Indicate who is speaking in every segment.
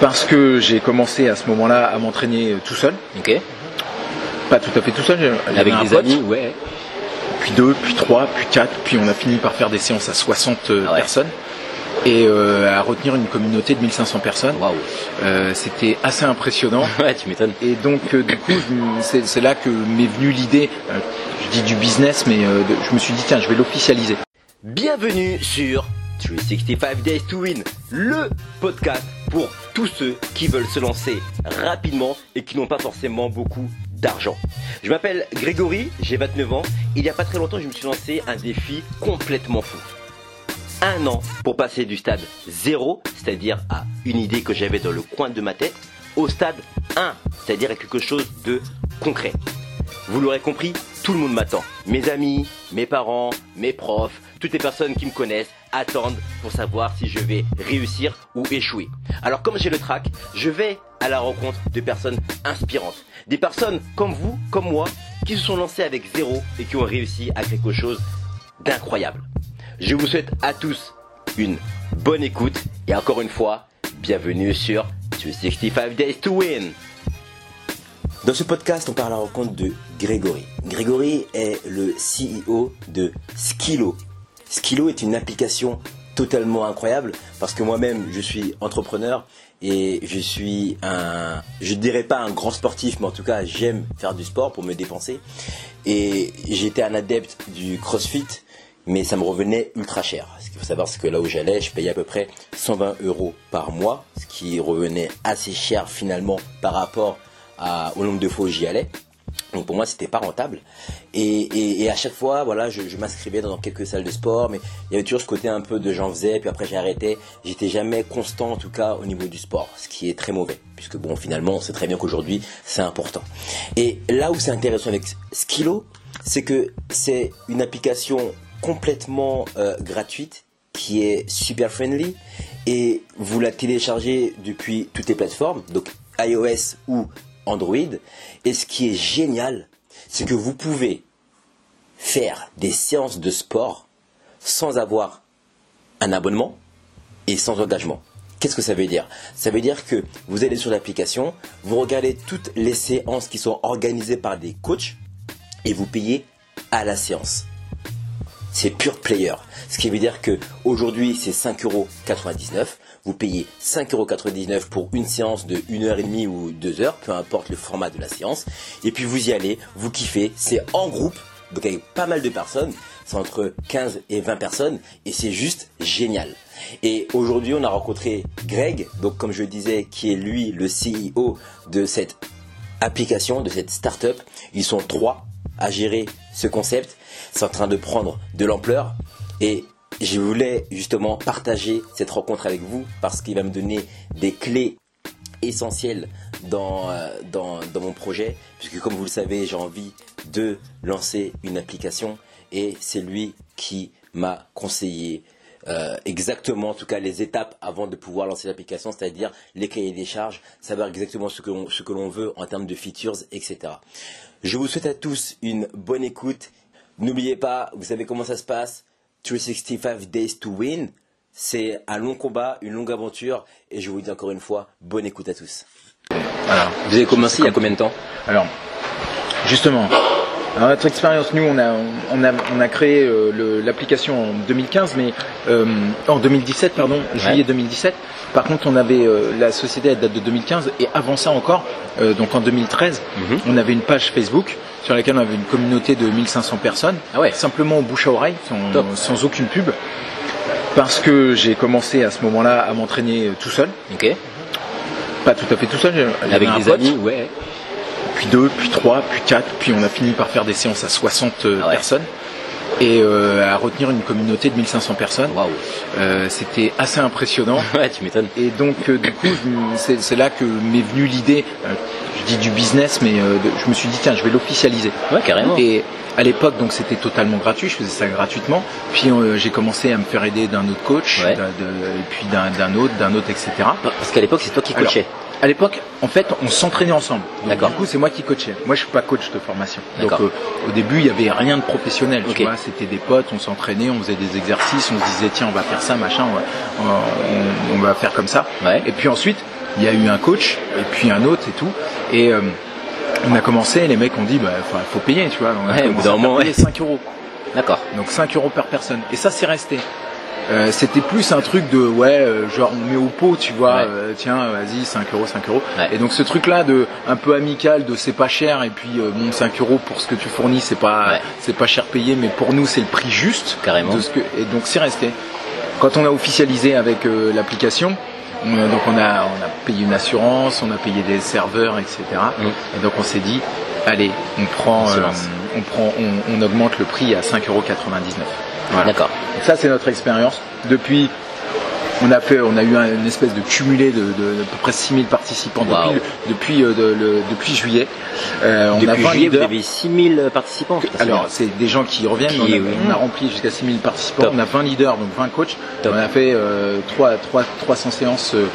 Speaker 1: parce que j'ai commencé à ce moment-là à m'entraîner euh, tout seul,
Speaker 2: Ok.
Speaker 1: pas tout à fait tout seul, j'avais
Speaker 2: Avec
Speaker 1: un
Speaker 2: des
Speaker 1: pote,
Speaker 2: amis, ouais.
Speaker 1: puis deux, puis trois, puis quatre, puis on a fini par faire des séances à 60
Speaker 2: Ah ouais.
Speaker 1: personnes et euh, à retenir une communauté de 1500 personnes.
Speaker 2: Waouh.
Speaker 1: Euh, C'était assez impressionnant.
Speaker 2: Ouais, tu m'étonnes.
Speaker 1: Et donc, euh, du coup, je me- c'est c'est là que m'est venue l'idée, euh, je dis du business, mais euh, de- je me suis dit, tiens, je vais l'officialiser.
Speaker 2: Bienvenue sur 365 Days to Win, le podcast pour tous ceux qui veulent se lancer rapidement et qui n'ont pas forcément beaucoup d'argent. Je m'appelle Grégory, j'ai 29 ans. Il n'y a pas très longtemps, je me suis lancé un défi complètement fou. Un an pour passer du stade 0, c'est-à-dire à une idée que j'avais dans le coin de ma tête, au stade 1, c'est-à-dire à quelque chose de concret. Vous l'aurez compris, tout le monde m'attend. Mes amis, mes parents, mes profs, toutes les personnes qui me connaissent attendent pour savoir si je vais réussir ou échouer. Alors comme j'ai le trac, je vais à la rencontre de personnes inspirantes. Des personnes comme vous, comme moi, qui se sont lancées avec zéro et qui ont réussi à quelque chose d'incroyable. Je vous souhaite à tous une bonne écoute et encore une fois, bienvenue sur 265 Days to Win.
Speaker 3: Dans ce podcast, on part à la rencontre de Grégory. Grégory est le CEO de Skilo. Skilo est une application totalement incroyable parce que moi-même, je suis entrepreneur et je suis un, je dirais pas un grand sportif, mais en tout cas, j'aime faire du sport pour me dépenser. Et j'étais un adepte du CrossFit, mais ça me revenait ultra cher. Ce qu'il faut savoir, c'est que là où j'allais, je payais à peu près 120 euros par mois, ce qui revenait assez cher finalement par rapport à- au nombre de fois où j'y allais. Donc pour moi, c'était pas rentable. Et, et- et à chaque fois, voilà, je, je m'inscrivais dans quelques salles de sport, mais il y avait toujours ce côté un peu de j'en faisais, puis après j'ai arrêté. J'étais jamais constant, en tout cas, au niveau du sport, ce qui est très mauvais, puisque bon, finalement, on sait très bien qu'aujourd'hui, c'est important. Et là où c'est intéressant avec Skilo, c'est que c'est une application complètement euh, gratuite qui est super friendly et vous la téléchargez depuis toutes les plateformes, donc iOS ou Android. Et ce qui est génial, c'est que vous pouvez faire des séances de sport sans avoir un abonnement et sans engagement. Qu'est-ce que ça veut dire Ça veut dire que vous allez sur l'application, vous regardez toutes les séances qui sont organisées par des coachs et vous payez à la séance c'est pure player. Ce qui veut dire que aujourd'hui c'est 5,99€. Vous payez 5,99€ pour une séance de 1h30 ou 2h, peu importe le format de la séance. Et puis vous y allez, vous kiffez, c'est en groupe, donc avec pas mal de personnes, c'est entre 15 et 20 personnes, et c'est juste génial. Et aujourd'hui on a rencontré Greg, donc comme je le disais, qui est lui le CEO de cette application, de cette start-up. Ils sont trois à gérer ce concept. C'est en train de prendre de l'ampleur et je voulais justement partager cette rencontre avec vous parce qu'il va me donner des clés essentielles dans, euh, dans, dans mon projet puisque comme vous le savez j'ai envie de lancer une application et c'est lui qui m'a conseillé euh, exactement en tout cas les étapes avant de pouvoir lancer l'application, c'est-à-dire les cahiers des charges, savoir exactement ce que l'on ce que l'on veut en termes de features, etc. Je vous souhaite à tous une bonne écoute. N'oubliez pas, vous savez comment ça se passe. 365 Days to Win, c'est un long combat, une longue aventure, et je vous dis encore une fois, bonne écoute à tous.
Speaker 1: Voilà.
Speaker 3: Vous avez commencé il y a combien de temps
Speaker 1: Alors, justement, dans notre expérience, nous, on a, on a, on a créé euh, le- l'application en 2015, mais euh, en 2017, pardon, juillet 2017. Par contre, on avait euh, la société, elle date de 2015, et avant ça encore, euh, donc en 2013,
Speaker 3: Mm-hmm.
Speaker 2: Mhm.
Speaker 1: on avait une page Facebook sur laquelle on avait une communauté de 1500 personnes,
Speaker 2: Ah ouais.
Speaker 1: simplement au bouche à oreille,
Speaker 2: Top.
Speaker 1: sans, sans aucune pub. Parce que j'ai commencé à ce moment-là à m'entraîner euh, tout seul,
Speaker 2: Ok.
Speaker 1: pas tout à fait tout seul, j'avais
Speaker 2: Avec
Speaker 1: un
Speaker 2: des
Speaker 1: pote
Speaker 2: amis, ouais.
Speaker 1: puis deux, puis trois, puis quatre, puis on a fini par faire des séances à 60 euh,
Speaker 2: Ah ouais.
Speaker 1: personnes et euh, à retenir une communauté de 1500 personnes.
Speaker 2: Waouh.
Speaker 1: Euh, C'était assez impressionnant.
Speaker 2: Ouais, tu m'étonnes.
Speaker 1: Et donc, euh, du coup, je me- c'est c'est là que m'est venue l'idée, euh, je dis du business, mais euh, de- je me suis dit, tiens, je vais l'officialiser.
Speaker 2: Ouais, carrément.
Speaker 1: Et à l'époque, donc c'était totalement gratuit, je faisais ça gratuitement. Puis euh, j'ai commencé à me faire aider d'un autre coach,
Speaker 2: Ouais.
Speaker 1: d'un- de- et puis d'un d'un autre, d'un autre, etc.
Speaker 2: Parce qu'à l'époque, c'est toi qui
Speaker 1: Alors,
Speaker 2: coachais.
Speaker 1: À l'époque, en fait, on s'entraînait ensemble. Donc,
Speaker 2: D'accord.
Speaker 1: Du coup, c'est moi qui coachais. Moi, je suis pas coach de formation. Donc,
Speaker 2: D'accord.
Speaker 1: euh, au début, il y avait rien de professionnel.
Speaker 2: Ok.
Speaker 1: Tu vois, c'était des potes, on s'entraînait, on faisait des exercices, on se disait tiens, on va faire ça, machin, on va, on- on- on va faire comme ça.
Speaker 2: Ouais.
Speaker 1: Et puis ensuite, il y a eu un coach et puis un autre et tout. Et euh, on a commencé, et les mecs ont dit, bah, enfin, faut payer, tu vois. On a
Speaker 2: Ouais, au bout d'un
Speaker 1: commencé à faire
Speaker 2: moment, ouais.
Speaker 1: payer 5 euros.
Speaker 2: D'accord.
Speaker 1: Donc 5 euros par personne. Et ça, c'est resté. Euh, c'était plus un truc de ouais euh, genre on met au pot tu vois
Speaker 2: Ouais.
Speaker 1: euh, tiens vas-y 5 euros 5 euros
Speaker 2: Ouais.
Speaker 1: et donc ce truc là de un peu amical de c'est pas cher et puis euh, bon 5 euros pour ce que tu fournis c'est pas
Speaker 2: Ouais.
Speaker 1: c'est pas cher payé mais pour nous c'est le prix juste
Speaker 2: Carrément.
Speaker 1: de ce que et donc c'est resté quand on a officialisé avec euh, l'application on a- donc on a on a payé une assurance on a payé des serveurs etc et donc on s'est dit allez on prend
Speaker 2: On se
Speaker 1: euh,
Speaker 2: lance.
Speaker 1: on prend on, on augmente le prix à 5,99 euros voilà.
Speaker 2: D'accord.
Speaker 1: Donc ça, c'est notre expérience. Depuis, on a fait, on a eu un- une espèce de cumulé de, de, d'à peu près 6000 participants
Speaker 2: Waouh.
Speaker 1: depuis, depuis, euh, de- le- depuis juillet. Euh, on a
Speaker 2: Depuis
Speaker 1: 20
Speaker 2: juillet, vous
Speaker 1: leaders.
Speaker 2: avez 6000 participants. je pense.
Speaker 1: Alors, c'est des gens qui reviennent.
Speaker 2: Qui,
Speaker 1: on, a,
Speaker 2: oui.
Speaker 1: on a rempli jusqu'à 6000 participants.
Speaker 2: Top.
Speaker 1: On a 20 leaders, donc 20 coachs.
Speaker 2: Top.
Speaker 1: On a fait euh, 3, 3, 300 séances. euh,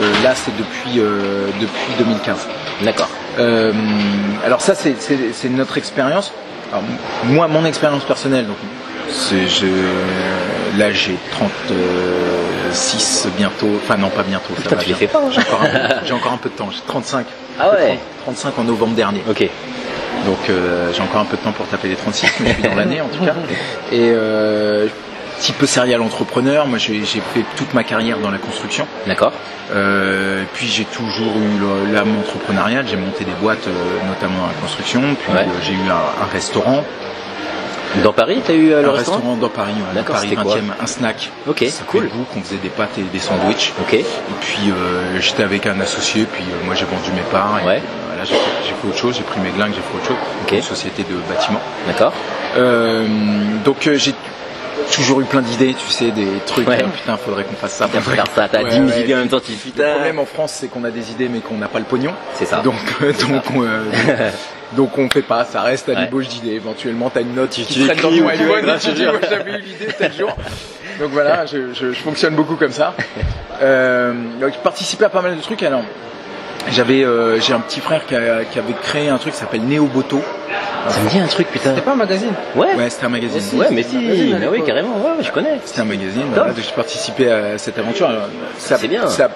Speaker 1: euh, là, c'est depuis, euh, depuis 2015.
Speaker 2: D'accord.
Speaker 1: Euh, alors ça, c'est- c'est c'est notre expérience. Alors, m- Moi, mon expérience personnelle, donc c'est- je, là j'ai 36 bientôt, enfin non pas bientôt, ça
Speaker 2: Putain,
Speaker 1: va
Speaker 2: tu les
Speaker 1: bien.
Speaker 2: fais pas, hein.
Speaker 1: J'ai encore, un- j'ai encore un peu de temps, j'ai 35.
Speaker 2: Ah ouais.
Speaker 1: 35 en novembre dernier.
Speaker 2: Ok.
Speaker 1: Donc euh, j'ai encore un peu de temps pour taper les 36, mais je suis dans l'année en tout cas. Et euh, petit peu serial entrepreneur, moi j'ai j'ai fait toute ma carrière dans la construction.
Speaker 2: D'accord.
Speaker 1: Euh, puis j'ai toujours eu le- l'âme entrepreneuriale, j'ai monté des boîtes, euh, notamment dans la construction, puis
Speaker 2: Ouais.
Speaker 1: euh, j'ai eu un, un restaurant,
Speaker 2: Dans Paris, t'as eu euh, le
Speaker 1: un
Speaker 2: restaurant
Speaker 1: dans Paris, ouais, dans
Speaker 2: D'accord,
Speaker 1: Paris
Speaker 2: c'était quoi
Speaker 1: 20e, un snack.
Speaker 2: Ok,
Speaker 1: Ça
Speaker 2: cool.
Speaker 1: cool. qu'on faisait des pâtes et des sandwichs.
Speaker 2: Ok.
Speaker 1: Et puis euh, j'étais avec un associé, puis euh, moi j'ai vendu mes parts. Et
Speaker 2: Ouais.
Speaker 1: puis, euh, voilà, j'ai fait, j'ai fait autre chose, j'ai pris mes glingues, j'ai fait autre chose.
Speaker 2: Ok.
Speaker 1: Une société de bâtiment.
Speaker 2: D'accord.
Speaker 1: Euh, donc euh, j'ai toujours eu plein d'idées, tu sais, des trucs.
Speaker 2: Ouais.
Speaker 1: euh, putain, faudrait qu'on fasse ça.
Speaker 2: Putain, faut faire ça. T'as
Speaker 1: Ouais,
Speaker 2: 10 000
Speaker 1: ouais.
Speaker 2: idées en même temps. tu-
Speaker 1: Le
Speaker 2: Putain.
Speaker 1: problème en France, c'est qu'on a des idées, mais qu'on n'a pas le pognon.
Speaker 2: C'est ça.
Speaker 1: Donc, euh, donc, on, euh, donc on fait pas, ça reste à
Speaker 2: Ouais.
Speaker 1: l'ébauche d'idées. Éventuellement, t'as une note qui
Speaker 2: tu
Speaker 1: traîne dans
Speaker 2: écris
Speaker 1: ton
Speaker 2: ou tu
Speaker 1: iPhone
Speaker 2: vois,
Speaker 1: et tu dis,
Speaker 2: grave.
Speaker 1: Ouais, j'avais eu l'idée tel jour. Donc voilà, je, je- je fonctionne beaucoup comme ça. Euh, donc, je participais à pas mal de trucs. Alors, j'avais, euh, j'ai un petit frère qui, a- qui avait créé un truc qui s'appelle Néoboto.
Speaker 2: Ça me dit un truc, putain.
Speaker 3: C'est pas un magazine.
Speaker 2: Ouais.
Speaker 1: Ouais, c'était un magazine.
Speaker 2: Ouais, mais si.
Speaker 3: magazine, à
Speaker 2: Mais oui,
Speaker 3: l'époque.
Speaker 2: carrément. Ouais, je connais.
Speaker 1: C'était un magazine,
Speaker 2: Top.
Speaker 1: voilà, donc j'ai participé à cette aventure. Alors, ça,
Speaker 2: C'est bien.
Speaker 1: Ça a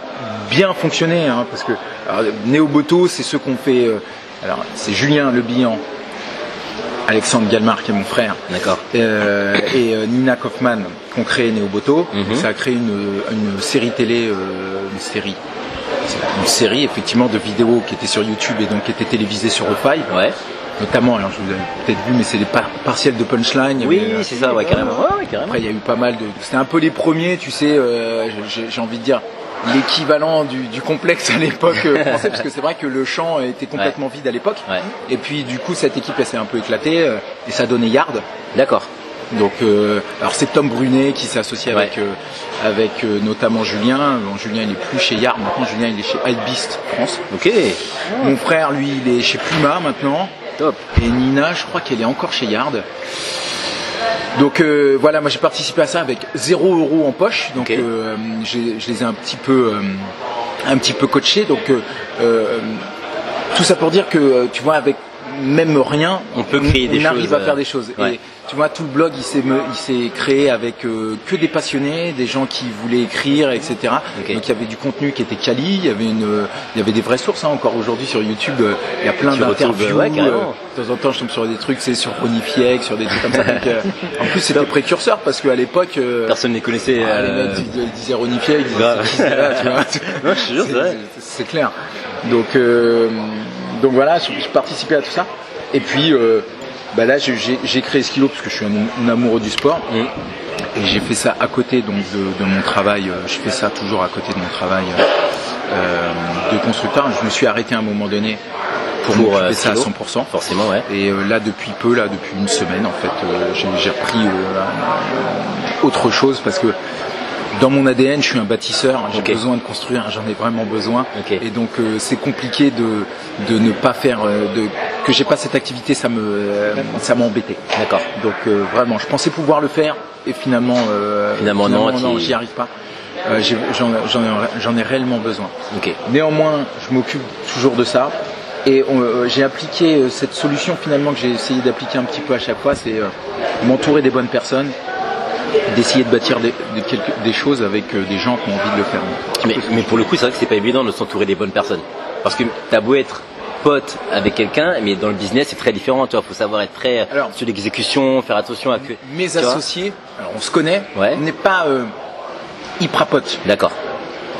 Speaker 1: bien fonctionné, hein, parce que alors, Néoboto, c'est ceux qu'on fait. euh, alors, c'est Julien Le Bihan, Alexandre Galmar, qui est mon frère,
Speaker 2: D'accord.
Speaker 1: euh, et euh, Nina Kaufman, qui ont créé Néoboto.
Speaker 2: Mhm.
Speaker 1: Ça a créé une, une série télé, euh, une série. Une série effectivement de vidéos qui était sur YouTube et donc qui était télévisée sur E5,
Speaker 2: Ouais.
Speaker 1: notamment, alors je vous avais peut-être vu, mais c'est les par- partiels de punchline. il y avait, euh,
Speaker 2: Oui, c'est ça. Ouais, carrément. Ouais, ouais, carrément.
Speaker 1: après, il y a eu pas mal de. C'était un peu les premiers, tu sais, euh, j'ai j'ai envie de dire l'équivalent du, du complexe à l'époque euh, français, parce que c'est vrai que le champ était complètement vide à l'époque.
Speaker 2: Ouais.
Speaker 1: Et puis, du coup, cette équipe, elle s'est un peu éclatée euh, et ça donnait Yard.
Speaker 2: D'accord.
Speaker 1: Donc, euh, alors c'est Tom Brunet qui s'est associé
Speaker 2: Ouais.
Speaker 1: avec, euh, avec euh, notamment Julien. Bon, Julien, il est plus chez Yard maintenant. Julien, il est chez Hypebeast France.
Speaker 2: Ok.
Speaker 1: Mon frère, lui, il est chez Puma maintenant.
Speaker 2: Top.
Speaker 1: Et Nina, je crois qu'elle est encore chez Yard. Donc euh, voilà, moi j'ai participé à ça avec 0 euros en poche. Donc
Speaker 2: Ok.
Speaker 1: euh, j'ai- je les ai un petit peu, euh, un petit peu coachés. Donc euh, euh, tout ça pour dire que euh, tu vois avec même rien,
Speaker 2: On peut créer des
Speaker 1: on arrive
Speaker 2: choses,
Speaker 1: à
Speaker 2: euh,
Speaker 1: faire des choses.
Speaker 2: ouais.
Speaker 1: Et tu vois tout le blog, il s'est, me- il s'est créé avec euh, que des passionnés, des gens qui voulaient écrire, etc.
Speaker 2: Ok.
Speaker 1: Donc il y avait du contenu qui était quali, il y avait une, il y avait des vraies sources hein, encore aujourd'hui sur YouTube. euh, Il y a plein
Speaker 2: Tu retrouves,
Speaker 1: d'interviews.
Speaker 2: ouais, carrément.
Speaker 1: euh, de temps en temps, je tombe sur des trucs, c'est sur Ronnie Fieck, sur des trucs comme ça. Donc, euh, en plus, c'était précurseur parce qu'à l'époque, euh,
Speaker 2: Personne ne les connaissait.
Speaker 1: ah, les
Speaker 2: euh,
Speaker 1: mecs ils- ils disaient Ronnie Fieck, ils disaient
Speaker 2: grave.
Speaker 1: qui c'est là, tu vois.
Speaker 2: Non, je te jure, c'est vrai.
Speaker 1: C'est- C'est clair. Donc, euh, donc voilà, je, je participais à tout ça. Et puis, euh, bah là, j'ai- j'ai j'ai créé Skilo parce que je suis un, un amoureux du sport.
Speaker 2: Mm.
Speaker 1: Et j'ai fait ça à côté donc de, de mon travail. euh, Je fais ça toujours à côté de mon travail euh, euh, de constructeur. Je me suis arrêté à un moment donné pour,
Speaker 2: Pour,
Speaker 1: m'occuper
Speaker 2: euh,
Speaker 1: de ça à
Speaker 2: Skilo.
Speaker 1: 100%.
Speaker 2: Forcément, ouais.
Speaker 1: Et euh, là, depuis peu, là, depuis une semaine, en fait, euh, j'ai j'ai repris euh, un- autre chose parce que dans mon ADN, je suis un bâtisseur. hein, J'ai
Speaker 2: Ok.
Speaker 1: besoin de construire, j'en ai vraiment besoin.
Speaker 2: Ok.
Speaker 1: Et donc, euh, c'est compliqué de de ne pas faire euh, de que j'ai pas cette activité, ça me euh, ça m'embêtait.
Speaker 2: D'accord.
Speaker 1: Donc euh, vraiment, je pensais pouvoir le faire et finalement, euh,
Speaker 2: Finalement, non, tu-
Speaker 1: j'y arrive pas. Euh, j'ai- j'en j'en ai- j'en ai réellement besoin.
Speaker 2: Ok.
Speaker 1: Néanmoins, je m'occupe toujours de ça. Et on, euh, j'ai appliqué euh, cette solution finalement que j'ai essayé d'appliquer un petit peu à chaque fois, c'est euh, m'entourer des bonnes personnes, d'essayer de bâtir des, des, quelques- des choses avec euh, des gens qui ont envie de le faire.
Speaker 3: Mais, mais pour le coup, c'est vrai que c'est pas évident de s'entourer des bonnes personnes. Parce que t'as beau être pote avec quelqu'un, mais dans le business, c'est très différent. Tu vois, faut savoir être très
Speaker 1: Alors-
Speaker 3: sur l'exécution, faire attention à que.
Speaker 1: Mes
Speaker 3: tu vois.
Speaker 1: associés, alors on se connaît,
Speaker 3: Ouais.
Speaker 1: on n'est pas euh, hyper potes.
Speaker 3: D'accord.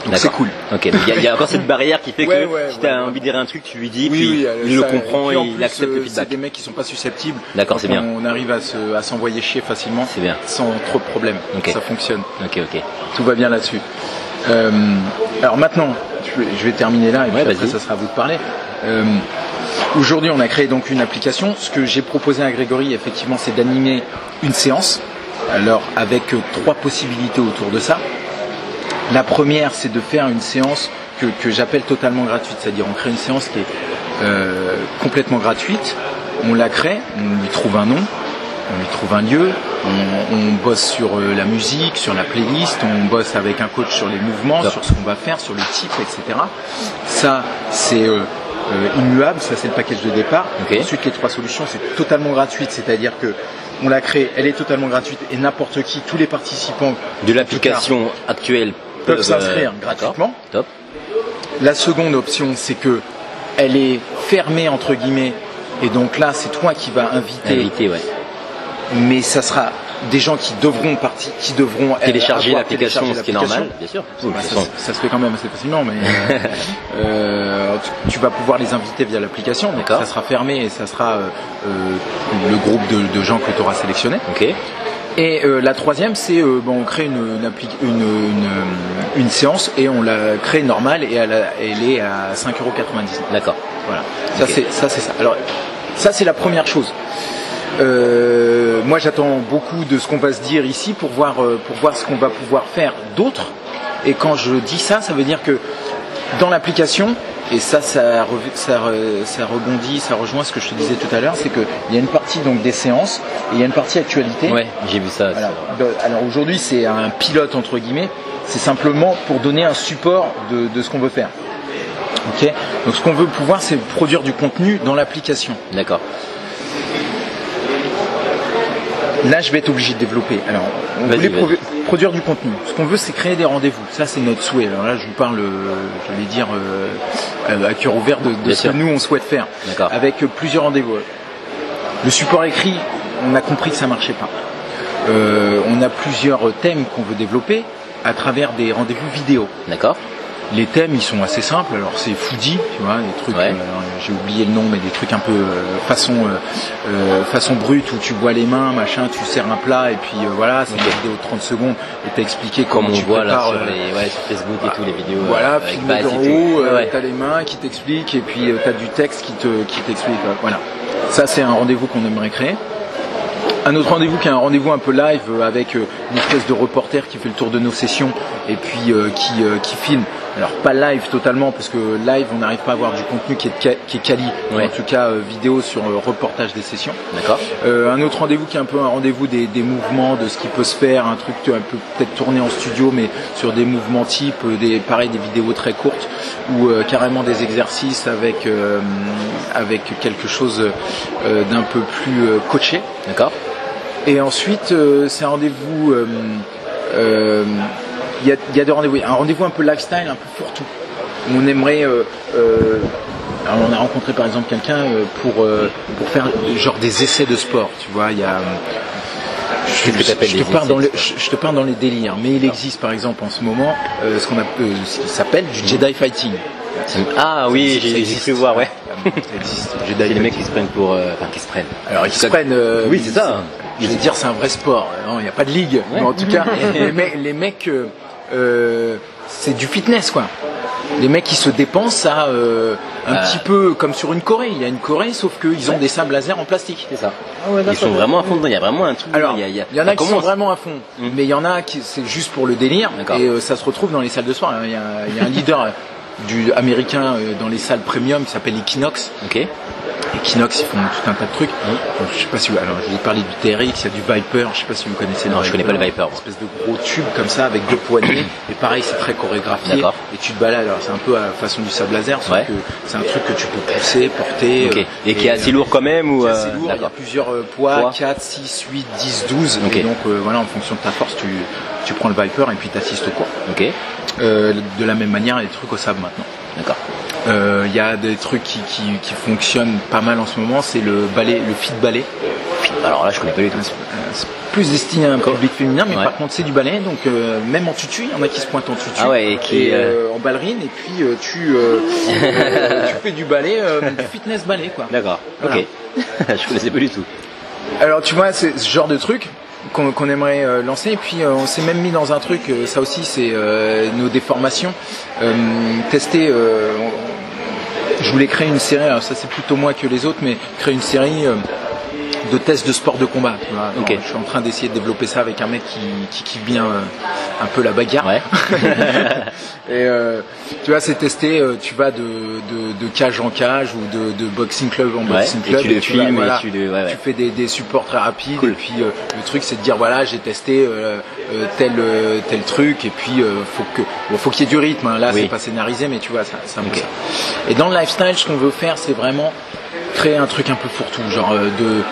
Speaker 1: Donc
Speaker 3: D'accord.
Speaker 1: c'est cool.
Speaker 3: Ok. Il y, a- y a encore cette barrière qui fait que
Speaker 1: Ouais, ouais,
Speaker 3: si t'as
Speaker 1: ouais, ouais.
Speaker 3: envie de dire un truc, tu lui dis, puis il
Speaker 1: euh, ça-
Speaker 3: le comprend
Speaker 1: puis
Speaker 3: et,
Speaker 1: en
Speaker 3: il
Speaker 1: plus,
Speaker 3: accepte
Speaker 1: euh,
Speaker 3: le
Speaker 1: C'est
Speaker 3: feedback.
Speaker 1: des mecs qui sont pas susceptibles.
Speaker 3: D'accord, c'est
Speaker 1: Donc,
Speaker 3: bien.
Speaker 1: On arrive à se- à s'envoyer chier facilement.
Speaker 3: C'est bien.
Speaker 1: Sans trop de problèmes.
Speaker 3: Ok.
Speaker 1: Ça fonctionne.
Speaker 3: Ok, ok.
Speaker 1: Tout va bien là-dessus. Euh, alors maintenant, je vais, je vais terminer là et puis
Speaker 3: Ouais,
Speaker 1: après
Speaker 3: vas-y.
Speaker 1: ça sera à vous de parler. Euh, Aujourd'hui, on a créé donc une application. Ce que j'ai proposé à Grégory, effectivement, c'est d'animer une séance. Alors avec euh, trois possibilités autour de ça. La première, c'est de faire une séance que, que j'appelle totalement gratuite, c'est-à-dire on crée une séance qui est euh, complètement gratuite, on la crée, on lui trouve un nom, on lui trouve un lieu, on, on bosse sur euh, la musique, sur la playlist, on bosse avec un coach sur les mouvements, sur ce qu'on va faire, sur le type, etc. Ça, c'est euh, euh, immuable, ça c'est le package de départ.
Speaker 3: Ok.
Speaker 1: Ensuite, les trois solutions, c'est totalement gratuite, c'est-à-dire que on la crée, elle est totalement gratuite et n'importe qui, tous les participants
Speaker 3: De l'application actuelle
Speaker 1: peuvent s'inscrire
Speaker 3: euh,
Speaker 1: gratuitement.
Speaker 3: Top.
Speaker 1: La seconde option, c'est que elle est fermée entre guillemets, et donc là, c'est toi qui vas inviter,
Speaker 3: Invité, ouais.
Speaker 1: mais ça sera des gens qui devront partir, qui devront euh,
Speaker 3: Télécharger
Speaker 1: avoir
Speaker 3: l'application,
Speaker 1: téléchargé
Speaker 3: ce qui est
Speaker 1: l'application.
Speaker 3: normal, bien sûr.
Speaker 1: Bah,
Speaker 3: De toute
Speaker 1: ça,
Speaker 3: façon.
Speaker 1: ça se fait quand même assez facilement, mais euh, euh, tu, tu vas pouvoir les inviter via l'application, donc
Speaker 3: D'accord.
Speaker 1: ça sera fermé et ça sera euh, euh, le groupe de, de gens que tu auras sélectionné.
Speaker 3: Ok.
Speaker 1: Et euh, la troisième, c'est euh, bon, on crée une, une, appli- une, une, euh, une séance et on la crée normale et elle, a- elle est à 5,99€.
Speaker 3: D'accord.
Speaker 1: Voilà. Ça
Speaker 3: Ok.
Speaker 1: c'est ça c'est ça. Alors ça c'est la première chose. Euh, moi j'attends beaucoup de ce qu'on va se dire ici pour voir euh, pour voir ce qu'on va pouvoir faire d'autre. Et quand je dis ça, ça veut dire que dans l'application et ça ça rev- ça, re- ça rebondit, ça rejoint ce que je te disais tout à l'heure, c'est que il y a une partie donc des séances et il y a une partie actualité.
Speaker 3: Ouais, j'ai vu ça.
Speaker 1: Voilà. De- Alors aujourd'hui, c'est un pilote entre guillemets. C'est simplement pour donner un support de, de ce qu'on veut faire. Ok. Donc ce qu'on veut pouvoir, c'est produire du contenu dans l'application.
Speaker 3: D'accord.
Speaker 1: Là, je vais être obligé de développer. Alors, on
Speaker 3: Vas-y,
Speaker 1: voulait
Speaker 3: vas-y.
Speaker 1: produ- produire du contenu. Ce qu'on veut, c'est créer des rendez-vous. Ça, c'est notre souhait. Alors là, je vous parle, euh, je vais dire, euh, euh, à cœur ouvert de, de
Speaker 3: Bien
Speaker 1: ce
Speaker 3: sûr.
Speaker 1: que nous, on souhaite faire.
Speaker 3: D'accord.
Speaker 1: Avec euh, plusieurs rendez-vous. Le support écrit, on a compris que ça marchait pas. Euh, on a plusieurs thèmes qu'on veut développer à travers des rendez-vous vidéo.
Speaker 3: D'accord.
Speaker 1: Les thèmes, ils sont assez simples. Alors c'est foodie, tu vois, des trucs.
Speaker 3: Ouais.
Speaker 1: euh, J'ai oublié le nom, mais des trucs un peu euh, façon euh, euh, façon brute où tu bois les mains, machin, tu serres un plat et puis euh, voilà, c'est une vidéo de 30 secondes et t'as expliqué
Speaker 3: Comme
Speaker 1: comment
Speaker 3: on
Speaker 1: tu
Speaker 3: voit là
Speaker 1: prépares.
Speaker 3: sur,
Speaker 1: euh,
Speaker 3: les, ouais, sur Facebook et
Speaker 1: bah,
Speaker 3: tout, les vidéos.
Speaker 1: Voilà,
Speaker 3: euh, avec
Speaker 1: filmé
Speaker 3: Baz
Speaker 1: d'en
Speaker 3: et tout.
Speaker 1: haut, euh,
Speaker 3: Ouais.
Speaker 1: t'as les mains qui t'expliquent et puis euh, t'as du texte qui te qui t'explique. euh, Voilà. Ça c'est un rendez-vous qu'on aimerait créer. Un autre rendez-vous qui est un rendez-vous un peu live euh, avec euh, une espèce de reporter qui fait le tour de nos sessions et puis euh, qui, euh, qui filme. Alors pas live totalement parce que live on n'arrive pas à avoir du contenu qui est, ca- qui est quali, ou
Speaker 3: Ouais.
Speaker 1: en tout cas euh, vidéo sur euh, reportage des sessions.
Speaker 3: D'accord.
Speaker 1: Euh, un autre rendez-vous qui est un peu un rendez-vous des, des mouvements, de ce qui peut se faire, un truc tu vois, un peu peut-être tourné en studio, mais sur des mouvements type, euh, des pareil des vidéos très courtes ou euh, carrément des exercices avec euh, avec quelque chose euh, d'un peu plus euh, coaché.
Speaker 3: D'accord.
Speaker 1: Et ensuite, euh, c'est un rendez-vous. euh, euh, Il y, a, il y a deux rendez-vous. Un rendez-vous un peu lifestyle, un peu pour tout. On aimerait. euh, euh, alors on a rencontré par exemple quelqu'un euh, pour euh, pour faire euh, genre des essais de sport. Tu vois, il y a. euh, Je,
Speaker 3: Qu'est-ce que t'appelles
Speaker 1: je
Speaker 3: les
Speaker 1: te parle
Speaker 3: essais
Speaker 1: dans
Speaker 3: de
Speaker 1: le,
Speaker 3: sport
Speaker 1: je, je te parle dans les délires, hein, mais il existe par exemple en ce moment euh, ce qu'on a, euh, ce qui s'appelle du Jedi fighting.
Speaker 3: Ah oui,
Speaker 1: Ça
Speaker 3: j'ai j'ai
Speaker 1: existe.
Speaker 3: cru voir, ouais.
Speaker 1: Ça existe. Jedi
Speaker 3: C'est les
Speaker 1: fighting.
Speaker 3: mecs qui se prennent pour. euh, Enfin, qui se prennent.
Speaker 1: Alors ils se prennent. euh,
Speaker 3: Oui, c'est ça.
Speaker 1: Je vais dire, c'est un vrai sport. Non, Il n'y a pas de ligue. Mais en tout cas, les, me- les mecs, euh, euh, c'est du fitness, quoi. Les mecs, ils se dépensent à euh, un
Speaker 3: Euh.
Speaker 1: petit peu comme sur une Corée. Il y a une Corée, sauf qu'ils ont des sables laser en plastique.
Speaker 3: C'est ça. Ils sont vraiment à fond dedans. Il y a vraiment un truc.
Speaker 1: Alors,
Speaker 3: il y, a- il
Speaker 1: y en a qui sont
Speaker 3: Comment-
Speaker 1: vraiment à fond,
Speaker 3: Mm.
Speaker 1: mais il y en a qui c'est juste pour le délire,
Speaker 3: D'accord.
Speaker 1: et euh, ça se retrouve dans les salles de soir. Il y a, il y a un leader euh, du américain euh, dans les salles premium qui s'appelle Equinox,
Speaker 3: Ok.
Speaker 1: Equinox, ils font tout un tas de trucs. Bon, je sais pas si vous, alors je vous parlais du TRX, il y a du Viper, je sais pas si vous connaissez. le
Speaker 3: Non, je connais pas le Viper, moi.
Speaker 1: Une espèce de gros tube comme ça avec deux poignées. et pareil, c'est très chorégraphié.
Speaker 3: D'accord.
Speaker 1: Et tu te balades. Alors c'est un peu à la façon du sable laser, sauf
Speaker 3: Ouais.
Speaker 1: que c'est un truc que tu peux pousser, porter.
Speaker 3: Ok.
Speaker 1: euh,
Speaker 3: Et qui est assez lourd quand même ou
Speaker 1: c'est
Speaker 3: euh,
Speaker 1: assez lourd, il y a
Speaker 3: D'accord.
Speaker 1: plusieurs euh, poids,
Speaker 3: Poids.
Speaker 1: 4, 6, 8, 10, 12.
Speaker 3: Ok.
Speaker 1: Et donc euh, voilà, en fonction de ta force, tu, tu prends le Viper et puis t'assistes au cours.
Speaker 3: Ok.
Speaker 1: Euh, de la même manière, il y a des trucs au sable maintenant.
Speaker 3: D'accord.
Speaker 1: Euh, Il y a des trucs qui, qui, qui fonctionnent pas mal en ce moment, c'est le ballet, le fit ballet.
Speaker 3: Alors là, je connais pas du tout.
Speaker 1: Euh, C'est plus destiné à un public féminin, mais
Speaker 3: Ouais.
Speaker 1: par contre c'est du ballet, donc euh, même en tutu, il y en a qui se pointent en tutu.
Speaker 3: Ah ouais, et qui,
Speaker 1: et, euh, en ballerine, et puis euh, tu, euh, euh, tu fais du ballet, euh, du fitness ballet quoi.
Speaker 3: D'accord.
Speaker 1: Voilà.
Speaker 3: Ok. je connaissais pas du tout.
Speaker 1: Alors tu vois, c'est ce genre de truc qu'on qu'on aimerait euh, lancer. Et puis euh, on s'est même mis dans un truc, euh, ça aussi c'est euh, nos déformations. Euh, tester, euh, on- je voulais créer une série, alors ça c'est plutôt moi que les autres, mais créer une série... euh, de tests de sport de combat. tu vois.
Speaker 3: Ok.
Speaker 1: Je suis en train d'essayer de développer ça avec un mec qui, qui kiffe bien euh, un peu la bagarre.
Speaker 3: Ouais.
Speaker 1: Et euh, tu vois, c'est testé. euh, tu vas de, de, de cage en cage ou de, de boxing club en
Speaker 3: Ouais.
Speaker 1: boxing
Speaker 3: Et
Speaker 1: club.
Speaker 3: tu le
Speaker 1: et vas,
Speaker 3: filmes
Speaker 1: voilà,
Speaker 3: et tu le. Ouais,
Speaker 1: tu
Speaker 3: ouais.
Speaker 1: fais des, des supports très rapides
Speaker 3: Cool.
Speaker 1: et puis euh, le truc c'est de dire voilà j'ai testé euh, euh, tel euh, tel truc et puis euh, faut que bon, faut qu'il y ait du rythme hein. là
Speaker 3: Oui.
Speaker 1: c'est pas scénarisé mais tu vois ça c'est un peu
Speaker 3: Ok.
Speaker 1: ça. et dans le lifestyle ce qu'on veut faire c'est vraiment créer un truc un peu pour tout genre euh, de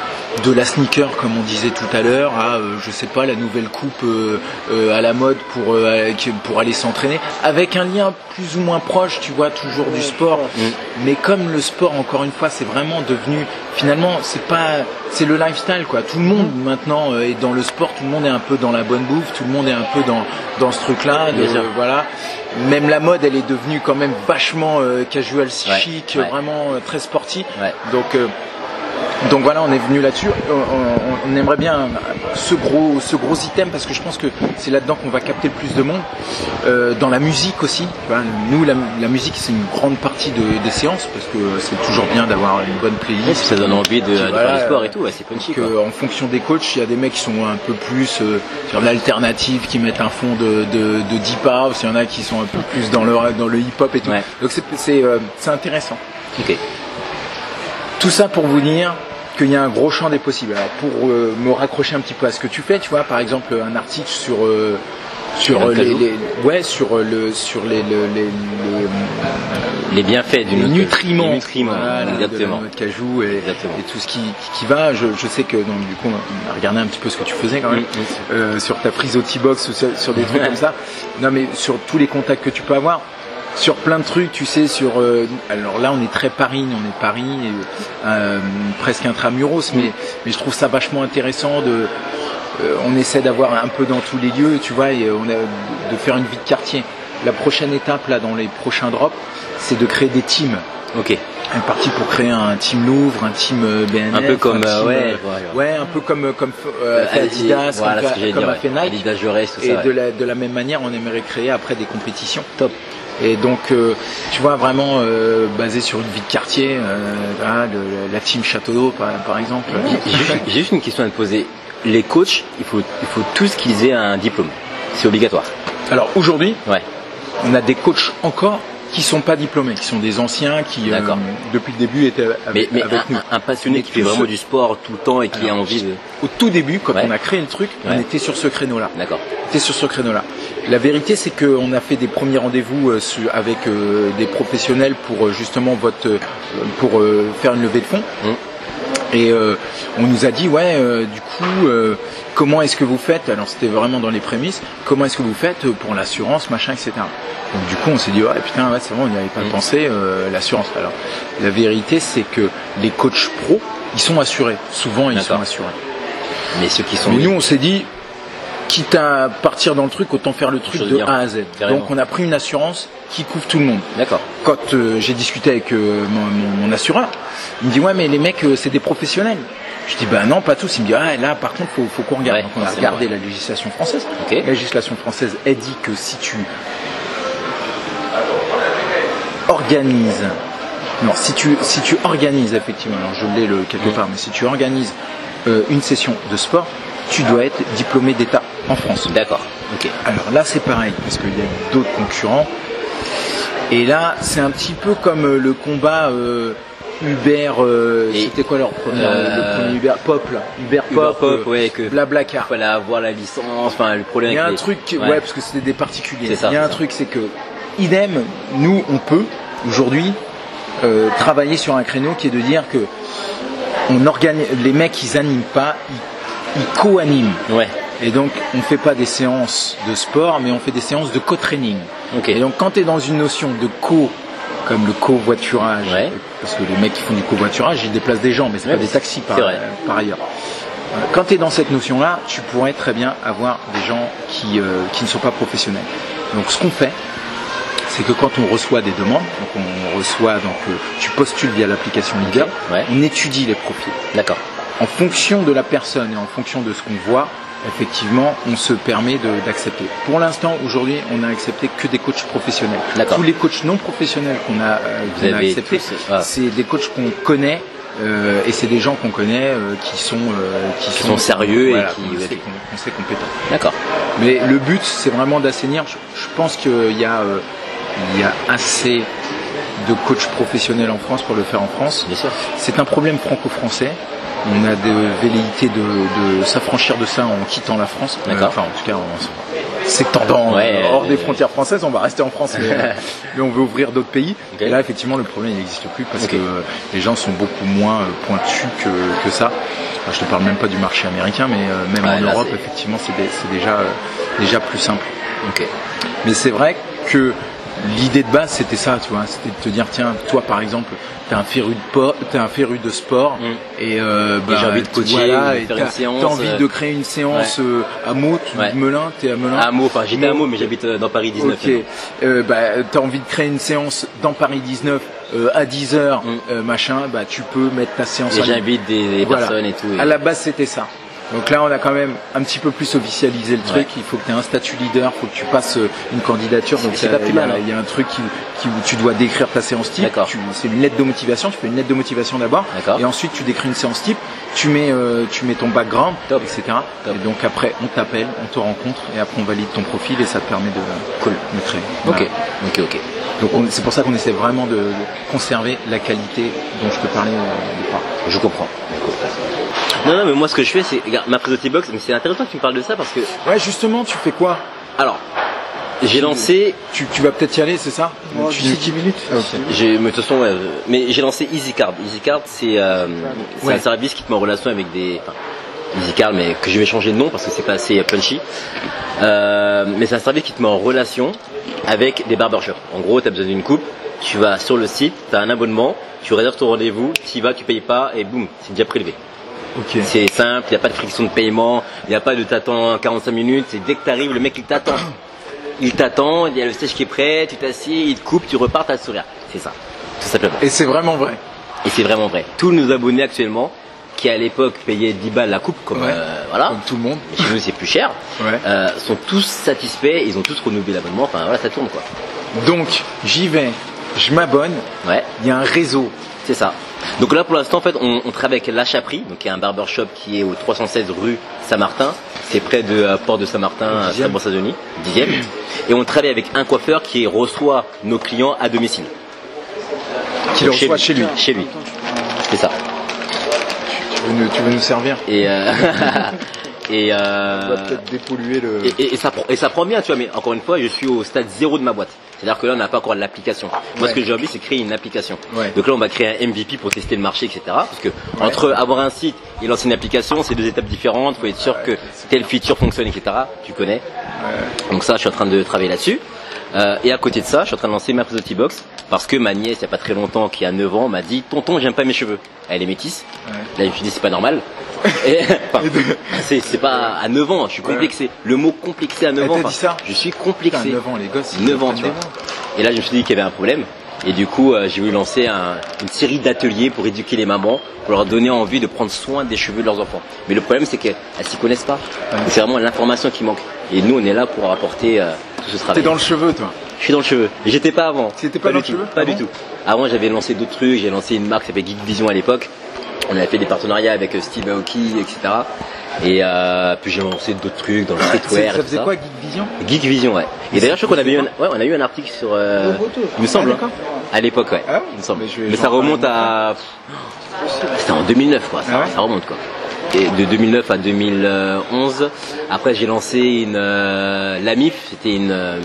Speaker 1: de la sneaker comme on disait tout à l'heure à euh, je sais pas la nouvelle coupe euh, euh, à la mode pour euh, qui- pour aller s'entraîner avec un lien plus ou moins proche tu vois toujours du sport
Speaker 3: Mm.
Speaker 1: mais comme le sport, encore une fois, c'est vraiment devenu, finalement, c'est pas, c'est le lifestyle, quoi. Tout le monde
Speaker 3: Mm.
Speaker 1: maintenant euh, est dans le sport, tout le monde est un peu dans la bonne bouffe, tout le monde est un peu dans, dans ce truc-là, de-
Speaker 3: Bien sûr.
Speaker 1: euh, voilà. Même la mode, elle est devenue quand même vachement euh, casual,
Speaker 3: Ouais,
Speaker 1: chic,
Speaker 3: ouais.
Speaker 1: vraiment euh, très sportive.
Speaker 3: Ouais.
Speaker 1: Donc, euh, donc voilà, on est venu là-dessus. On, on- on aimerait bien ce gros, ce gros item parce que je pense que c'est là-dedans qu'on va capter le plus de monde. Euh, dans la musique aussi. tu vois, nous, la, la musique, c'est une grande partie de- des séances parce que c'est toujours bien d'avoir une bonne
Speaker 3: Ouais,
Speaker 1: playlist.
Speaker 3: Ça donne envie de, de faire
Speaker 1: Voilà,
Speaker 3: du sport et
Speaker 1: euh,
Speaker 3: tout. Ouais, c'est punchy.
Speaker 1: Que,
Speaker 3: quoi.
Speaker 1: en fonction des coachs, il y a des mecs qui sont un peu plus euh, sur l'alternative, qui mettent un fond de, de, de deep house, il y en a qui sont un peu plus dans le, dans le hip-hop et tout.
Speaker 3: Ouais.
Speaker 1: Donc c'est- c'est euh, c'est intéressant.
Speaker 3: Ok.
Speaker 1: Tout ça pour vous dire qu'il y a un gros champ des possibles. Alors pour euh, me raccrocher un petit peu à ce que tu fais, tu vois, par exemple un article sur euh, sur
Speaker 3: Le
Speaker 1: euh, les,
Speaker 3: cajou.
Speaker 1: les- ouais sur euh, le sur les, le- les- les-
Speaker 3: Les bienfaits du
Speaker 1: les
Speaker 3: nutri-
Speaker 1: nutriments,
Speaker 3: les nutriments.
Speaker 1: Voilà,
Speaker 3: Exactement.
Speaker 1: de la noix de cajou et,
Speaker 3: Exactement.
Speaker 1: et tout ce qui, qui, qui va. Je, je sais que donc du coup on a regardé un petit peu ce que tu faisais quand
Speaker 3: Mm,
Speaker 1: même euh, sur ta prise au T-box ou sur, sur des trucs comme ça. Non, mais sur tous les contacts que tu peux avoir, sur plein de trucs, tu sais, sur. euh, alors là, on est très Paris, on est Paris, euh, euh, presque intramuros, mais, mais je trouve ça vachement intéressant de. euh, on essaie d'avoir un peu dans tous les lieux, tu vois, et euh, on a, de faire une vie de quartier. La prochaine étape, là, dans les prochains drops, c'est de créer des teams.
Speaker 3: Ok.
Speaker 1: Un parti pour créer un team Louvre, un team euh, BNF.
Speaker 3: Un peu comme.
Speaker 1: team,
Speaker 3: euh, Ouais.
Speaker 1: euh, ouais, un peu comme comme euh, fait Adidas,
Speaker 3: voilà
Speaker 1: comme,
Speaker 3: ce que
Speaker 1: fait-
Speaker 3: j'allais
Speaker 1: comme
Speaker 3: dire.
Speaker 1: a fait
Speaker 3: ouais.
Speaker 1: Nike.
Speaker 3: Adidas, Jaurès, tout
Speaker 1: Et
Speaker 3: ça.
Speaker 1: de,
Speaker 3: ouais.
Speaker 1: la, de la même manière, on aimerait créer après des compétitions. Top. Et donc, euh, tu vois, vraiment euh, basé sur une vie de quartier, euh, voilà, le- la team Château d'Eau, par, par exemple.
Speaker 3: J'ai juste- J'ai juste une question à te poser. Les coachs, il faut, il faut tous qu'ils aient un diplôme. C'est obligatoire.
Speaker 1: Alors aujourd'hui,
Speaker 3: Ouais.
Speaker 1: on a des coachs encore qui sont pas diplômés, qui sont des anciens qui, euh,
Speaker 3: D'accord.
Speaker 1: depuis le début, étaient avec,
Speaker 3: Mais, mais
Speaker 1: avec
Speaker 3: un,
Speaker 1: nous.
Speaker 3: un- un passionné
Speaker 1: Mais
Speaker 3: qui fait
Speaker 1: tous
Speaker 3: vraiment
Speaker 1: ceux-
Speaker 3: du sport tout le temps et qui a
Speaker 1: Alors,
Speaker 3: envie de.
Speaker 1: Au tout début, quand
Speaker 3: Ouais.
Speaker 1: on a créé le truc, on
Speaker 3: Ouais.
Speaker 1: était sur ce créneau-là.
Speaker 3: D'accord.
Speaker 1: était sur ce créneau-là. La vérité, c'est qu'on a fait des premiers rendez-vous euh, su- avec euh, des professionnels pour euh, justement votre, euh, pour euh, faire une levée de fonds.
Speaker 3: Mm.
Speaker 1: Et euh, on nous a dit ouais, euh, du coup, euh, comment est-ce que vous faites Alors c'était vraiment dans les prémices. Comment est-ce que vous faites euh, pour l'assurance, machin, etc. Donc du coup, on s'est dit ouais, putain, ouais, c'est vrai, on n'y avait pas
Speaker 3: Mm.
Speaker 1: pensé euh, l'assurance. Alors la vérité, c'est que les coachs pro, ils sont assurés. Souvent, ils
Speaker 3: D'accord.
Speaker 1: sont assurés.
Speaker 3: Mais ceux qui sont.
Speaker 1: Mais nous, on s'est dit, quitte à partir dans le truc, autant faire le truc
Speaker 3: Chose
Speaker 1: de
Speaker 3: bien.
Speaker 1: A à Z.
Speaker 3: Carrément.
Speaker 1: Donc, on a pris une assurance qui couvre tout le monde.
Speaker 3: D'accord.
Speaker 1: Quand euh, j'ai discuté avec euh, mon, mon- mon assureur, il me dit ouais mais les mecs euh, c'est des professionnels. Je dis bah non pas tous. Il me dit ah là par contre faut, faut qu'on regarde.
Speaker 3: Ouais,
Speaker 1: Donc, on a
Speaker 3: forcément,
Speaker 1: regardé
Speaker 3: ouais.
Speaker 1: la législation française.
Speaker 3: Ok.
Speaker 1: La législation française elle dit que si tu organises non si tu si tu organises effectivement alors je l'ai le
Speaker 3: Mm.
Speaker 1: quelque part mais si tu organises euh, une session de sport tu dois être diplômé d'État en France.
Speaker 3: D'accord. Ok.
Speaker 1: Alors là, c'est pareil, parce qu'il y a d'autres concurrents. Et là, c'est un petit peu comme euh, le combat euh, Uber, euh,
Speaker 3: Et-
Speaker 1: c'était quoi leur premier,
Speaker 3: Euh,
Speaker 1: le premier Uber Pop là Uber
Speaker 3: Uber
Speaker 1: Pop,
Speaker 3: Pop,
Speaker 1: euh,
Speaker 3: ouais, que-
Speaker 1: Blablacar.
Speaker 3: fallait avoir la licence, enfin le problème.
Speaker 1: Il y a un
Speaker 3: avec les-
Speaker 1: truc, ouais,
Speaker 3: ouais.
Speaker 1: parce que c'était des particuliers.
Speaker 3: C'est ça,
Speaker 1: Il y a
Speaker 3: c'est
Speaker 1: un
Speaker 3: ça.
Speaker 1: truc, c'est que idem, nous on peut aujourd'hui euh, travailler sur un créneau qui est de dire que on organise, les mecs ils animent pas, ils, ils co-animent.
Speaker 3: Ouais.
Speaker 1: Et donc, on ne fait pas des séances de sport, mais on fait des séances de co-training.
Speaker 3: Ok.
Speaker 1: Et donc, quand tu es dans une notion de co, comme le covoiturage,
Speaker 3: Ouais.
Speaker 1: parce que les mecs qui font du covoiturage, ils déplacent des gens, mais c'est
Speaker 3: Ouais,
Speaker 1: pas des
Speaker 3: c'est-
Speaker 1: taxis par,
Speaker 3: c'est vrai.
Speaker 1: euh, par ailleurs. Euh, Quand tu es dans cette notion-là, tu pourrais très bien avoir des gens qui, euh, qui ne sont pas professionnels. Donc, ce qu'on fait, c'est que quand on reçoit des demandes, donc on reçoit, donc euh, tu postules via l'application Leader,
Speaker 3: Ouais.
Speaker 1: on étudie les profils
Speaker 3: D'accord.
Speaker 1: en fonction de la personne et en fonction de ce qu'on voit, effectivement, on se permet de- d'accepter. Pour l'instant, aujourd'hui, on n'a accepté que des coachs professionnels.
Speaker 3: D'accord.
Speaker 1: Tous les coachs non professionnels qu'on a, euh,
Speaker 3: Vous
Speaker 1: qu'on a
Speaker 3: avez
Speaker 1: acceptés,
Speaker 3: tous, ah.
Speaker 1: c'est des coachs qu'on connaît. euh, et c'est des gens qu'on connaît euh, qui sont euh, qui,
Speaker 3: Qui sont sérieux et
Speaker 1: voilà,
Speaker 3: qui-
Speaker 1: qu'on sait, qu'on- qu'on sait compétents.
Speaker 3: D'accord.
Speaker 1: Mais le but, c'est vraiment d'assainir. Je, je pense qu'il y, a, euh, il y a assez de coachs professionnels en France pour le faire en France.
Speaker 3: Bien sûr.
Speaker 1: C'est un problème franco-français. On a des velléités de, de s'affranchir de ça en quittant la France. Euh,
Speaker 3: D'accord.
Speaker 1: Enfin, en tout cas, en s'étendant
Speaker 3: Ouais,
Speaker 1: euh, hors
Speaker 3: euh,
Speaker 1: des frontières françaises. On va rester en France, mais, euh, mais on veut ouvrir d'autres pays.
Speaker 3: Ok.
Speaker 1: Et là, effectivement, le problème il n'existe plus parce
Speaker 3: Ok.
Speaker 1: que euh, les gens sont beaucoup moins euh, pointus que, que ça. Enfin, je te parle même pas du marché américain, mais euh, même
Speaker 3: Ouais,
Speaker 1: en
Speaker 3: là,
Speaker 1: Europe,
Speaker 3: c'est-
Speaker 1: effectivement, c'est dé- c'est déjà, euh, déjà plus simple.
Speaker 3: Ok.
Speaker 1: Mais c'est vrai que l'idée de base c'était ça, tu vois, c'était de te dire tiens, toi par exemple, t'es un féru de po- t'es un féru de sport
Speaker 3: Mm.
Speaker 1: et, euh, bah,
Speaker 3: j'ai envie de coacher ou de
Speaker 1: et
Speaker 3: faire
Speaker 1: t'as-
Speaker 3: une séance,
Speaker 1: t'as envie
Speaker 3: euh,
Speaker 1: de créer une séance euh, à Meaux, tu
Speaker 3: Ouais. Ah,
Speaker 1: de Melun, t'es à Melun.
Speaker 3: À Meaux, enfin j'étais à Meaux, mais j'habite euh, dans Paris 19.
Speaker 1: Ok, euh, bah, t'as envie de créer une séance dans Paris 19 euh, à 10h,
Speaker 3: Mm.
Speaker 1: machin, bah tu peux mettre ta séance
Speaker 3: Et
Speaker 1: en ligne.
Speaker 3: j'invite des, des
Speaker 1: Voilà.
Speaker 3: personnes et tout. et-
Speaker 1: À la base, c'était ça. Donc là, on a quand même un petit peu plus officialisé le truc. Il faut que tu aies un statut leader, il faut que tu passes euh, une candidature. Donc
Speaker 3: C'est
Speaker 1: ça,
Speaker 3: pas plus
Speaker 1: il y a-
Speaker 3: mal, hein.
Speaker 1: Il y a un truc qui, qui- où tu dois décrire ta séance type.
Speaker 3: D'accord.
Speaker 1: Tu- C'est une lettre de motivation. Tu fais une lettre de motivation d'abord.
Speaker 3: D'accord.
Speaker 1: Et ensuite, tu décris une séance type. Tu mets, euh, tu mets ton background,
Speaker 3: Top.
Speaker 1: etc.
Speaker 3: Top.
Speaker 1: Et donc après, on t'appelle, on te rencontre et après, on valide ton profil et ça te permet de,
Speaker 3: Cool.
Speaker 1: de créer.
Speaker 3: Ok.
Speaker 1: Voilà.
Speaker 3: Ok. Ok.
Speaker 1: Donc on- c'est pour ça qu'on essaie vraiment de, de conserver la qualité dont je te parlais euh, au départ.
Speaker 3: Je comprends. Non, non, mais moi ce que je fais, c'est regarde, ma prise de T-Box, mais c'est intéressant que tu me parles de ça parce que,
Speaker 1: Ouais, justement, tu fais quoi
Speaker 3: alors, j'ai lancé,
Speaker 1: Tu, tu vas peut-être y aller, c'est ça Tu dis-
Speaker 4: 10 Oh, minutes.
Speaker 1: Ah, ok.
Speaker 3: j'ai, mais de toute façon, ouais, euh, mais j'ai lancé EasyCard. EasyCard, c'est, euh, c'est
Speaker 1: Ouais.
Speaker 3: un service qui te met en relation avec des, enfin, EasyCard, mais que je vais changer de nom parce que c'est pas assez punchy. Euh, mais c'est un service qui te met en relation avec des barbershops. En gros, t'as besoin d'une coupe, tu vas sur le site, t'as un abonnement, tu réserves ton rendez-vous, tu vas, tu payes pas, et boum, c'est déjà prélevé.
Speaker 1: Ok.
Speaker 3: C'est simple, il n'y a pas de friction de paiement, il n'y a pas de t'attends 45 minutes, c'est dès que t'arrives, le mec il t'attend. Il t'attend, il y a le siège qui est prêt, tu t'assieds, il te coupe, tu repars, t'as le sourire. C'est ça, tout simplement.
Speaker 1: Et c'est vraiment vrai.
Speaker 3: Et c'est vraiment vrai. Tous nos abonnés actuellement, qui à l'époque payaient 10 balles la coupe, comme
Speaker 1: Ouais.
Speaker 3: euh, voilà,
Speaker 4: Ah.
Speaker 1: Comme tout le monde.
Speaker 3: Et chez nous c'est plus cher,
Speaker 1: Ouais.
Speaker 3: euh, sont tous satisfaits, ils ont tous renouvelé l'abonnement, enfin voilà, ça tourne quoi.
Speaker 1: Donc, j'y vais, je m'abonne,
Speaker 3: Ouais.
Speaker 1: il y a un réseau.
Speaker 3: C'est ça. Donc là, pour l'instant, en fait, on, on travaille avec La Chaperie, donc qui est un barbershop qui est au 316 rue Saint-Martin. C'est près de euh, Port de Saint-Martin, à
Speaker 1: Dixième.
Speaker 3: Saint-Denis, 10e. Et on travaille avec un coiffeur qui reçoit nos clients à domicile.
Speaker 1: Qui
Speaker 3: Donc
Speaker 1: le reçoit chez lui.
Speaker 3: Chez lui. C'est ça.
Speaker 1: Tu veux nous, tu veux nous servir
Speaker 3: Et, euh, et, euh,
Speaker 4: On va peut-être dépolluer le.
Speaker 3: et, et- et ça, pro- et ça prend bien, tu vois, mais encore une fois, je suis au stade zéro de ma boîte. C'est-à-dire que là, on n'a pas encore de l'application. Moi, ce que j'ai envie, c'est créer une application.
Speaker 1: Ouais.
Speaker 3: Donc là, on va créer un MVP pour tester le marché, etc. Parce que entre avoir un site et lancer une application, c'est deux étapes différentes. faut être sûr que telle feature fonctionne, etc. Tu connais. Donc ça, je suis en train de travailler là-dessus. Euh, et à côté de ça, je suis en train de lancer ma prise de T-Box parce que ma nièce, il n'y a pas très longtemps, qui a 9 ans, m'a dit Tonton, j'aime pas mes cheveux. Elle est métisse. Là, je me suis dit, c'est pas normal. Et, enfin, c'est, c'est pas à 9 ans, hein, je suis complexé. Le mot complexé à 9
Speaker 1: Elle
Speaker 3: ans,
Speaker 1: t'a
Speaker 3: enfin,
Speaker 1: dit ça
Speaker 3: je suis
Speaker 1: Putain,
Speaker 3: complexé.
Speaker 1: 9 ans, les gosses. ils
Speaker 3: 9 ans,
Speaker 1: prennent
Speaker 3: tu
Speaker 1: des
Speaker 3: vois. Et là, je me suis dit qu'il y avait un problème. Et du coup, euh, j'ai voulu lancer un- une série d'ateliers pour éduquer les mamans, pour leur donner envie de prendre soin des cheveux de leurs enfants. Mais le problème, c'est qu'elles s'y connaissent pas. Et C'est vraiment l'information qui manque. Et nous, on est là pour apporter euh, tout ce
Speaker 1: T'es
Speaker 3: travail.
Speaker 1: dans le cheveu, toi.
Speaker 3: Je suis dans le cheveu. Et J'étais pas avant.
Speaker 1: T'étais pas dans
Speaker 3: du
Speaker 1: le
Speaker 3: tout.
Speaker 1: cheveu
Speaker 3: Pas
Speaker 1: Ah
Speaker 3: du
Speaker 1: bon
Speaker 3: tout. Avant, j'avais lancé d'autres trucs. J'ai lancé une marque qui s'appelait Geek Vision à l'époque. On avait fait des partenariats avec euh, Steve Aoki, etc. Et euh, puis j'ai lancé d'autres trucs dans le
Speaker 1: C'est-
Speaker 3: streetwear.
Speaker 1: ça
Speaker 3: et tout
Speaker 1: faisait
Speaker 3: ça.
Speaker 1: quoi, Geek Vision
Speaker 3: Geek Vision, ouais. Et
Speaker 1: Mais
Speaker 3: d'ailleurs, je
Speaker 1: c'est-
Speaker 3: crois qu'on avait eu, un, ouais, on a eu un article sur.
Speaker 1: Nos
Speaker 3: euh,
Speaker 1: photos.
Speaker 3: il me semble.
Speaker 1: Ah, d'accord.
Speaker 3: hein. à l'époque, ouais.
Speaker 1: Ah ouais
Speaker 3: il me semble.
Speaker 1: Mais
Speaker 3: Mais,
Speaker 1: je vais- j'en
Speaker 3: ça remonte
Speaker 1: parlerai
Speaker 3: à. C'était en 2009, quoi. Ça,
Speaker 1: Ah ouais
Speaker 3: ça remonte, quoi. Et de 2009 à 2011. Après, j'ai lancé une. euh, la MIF, c'était une. euh,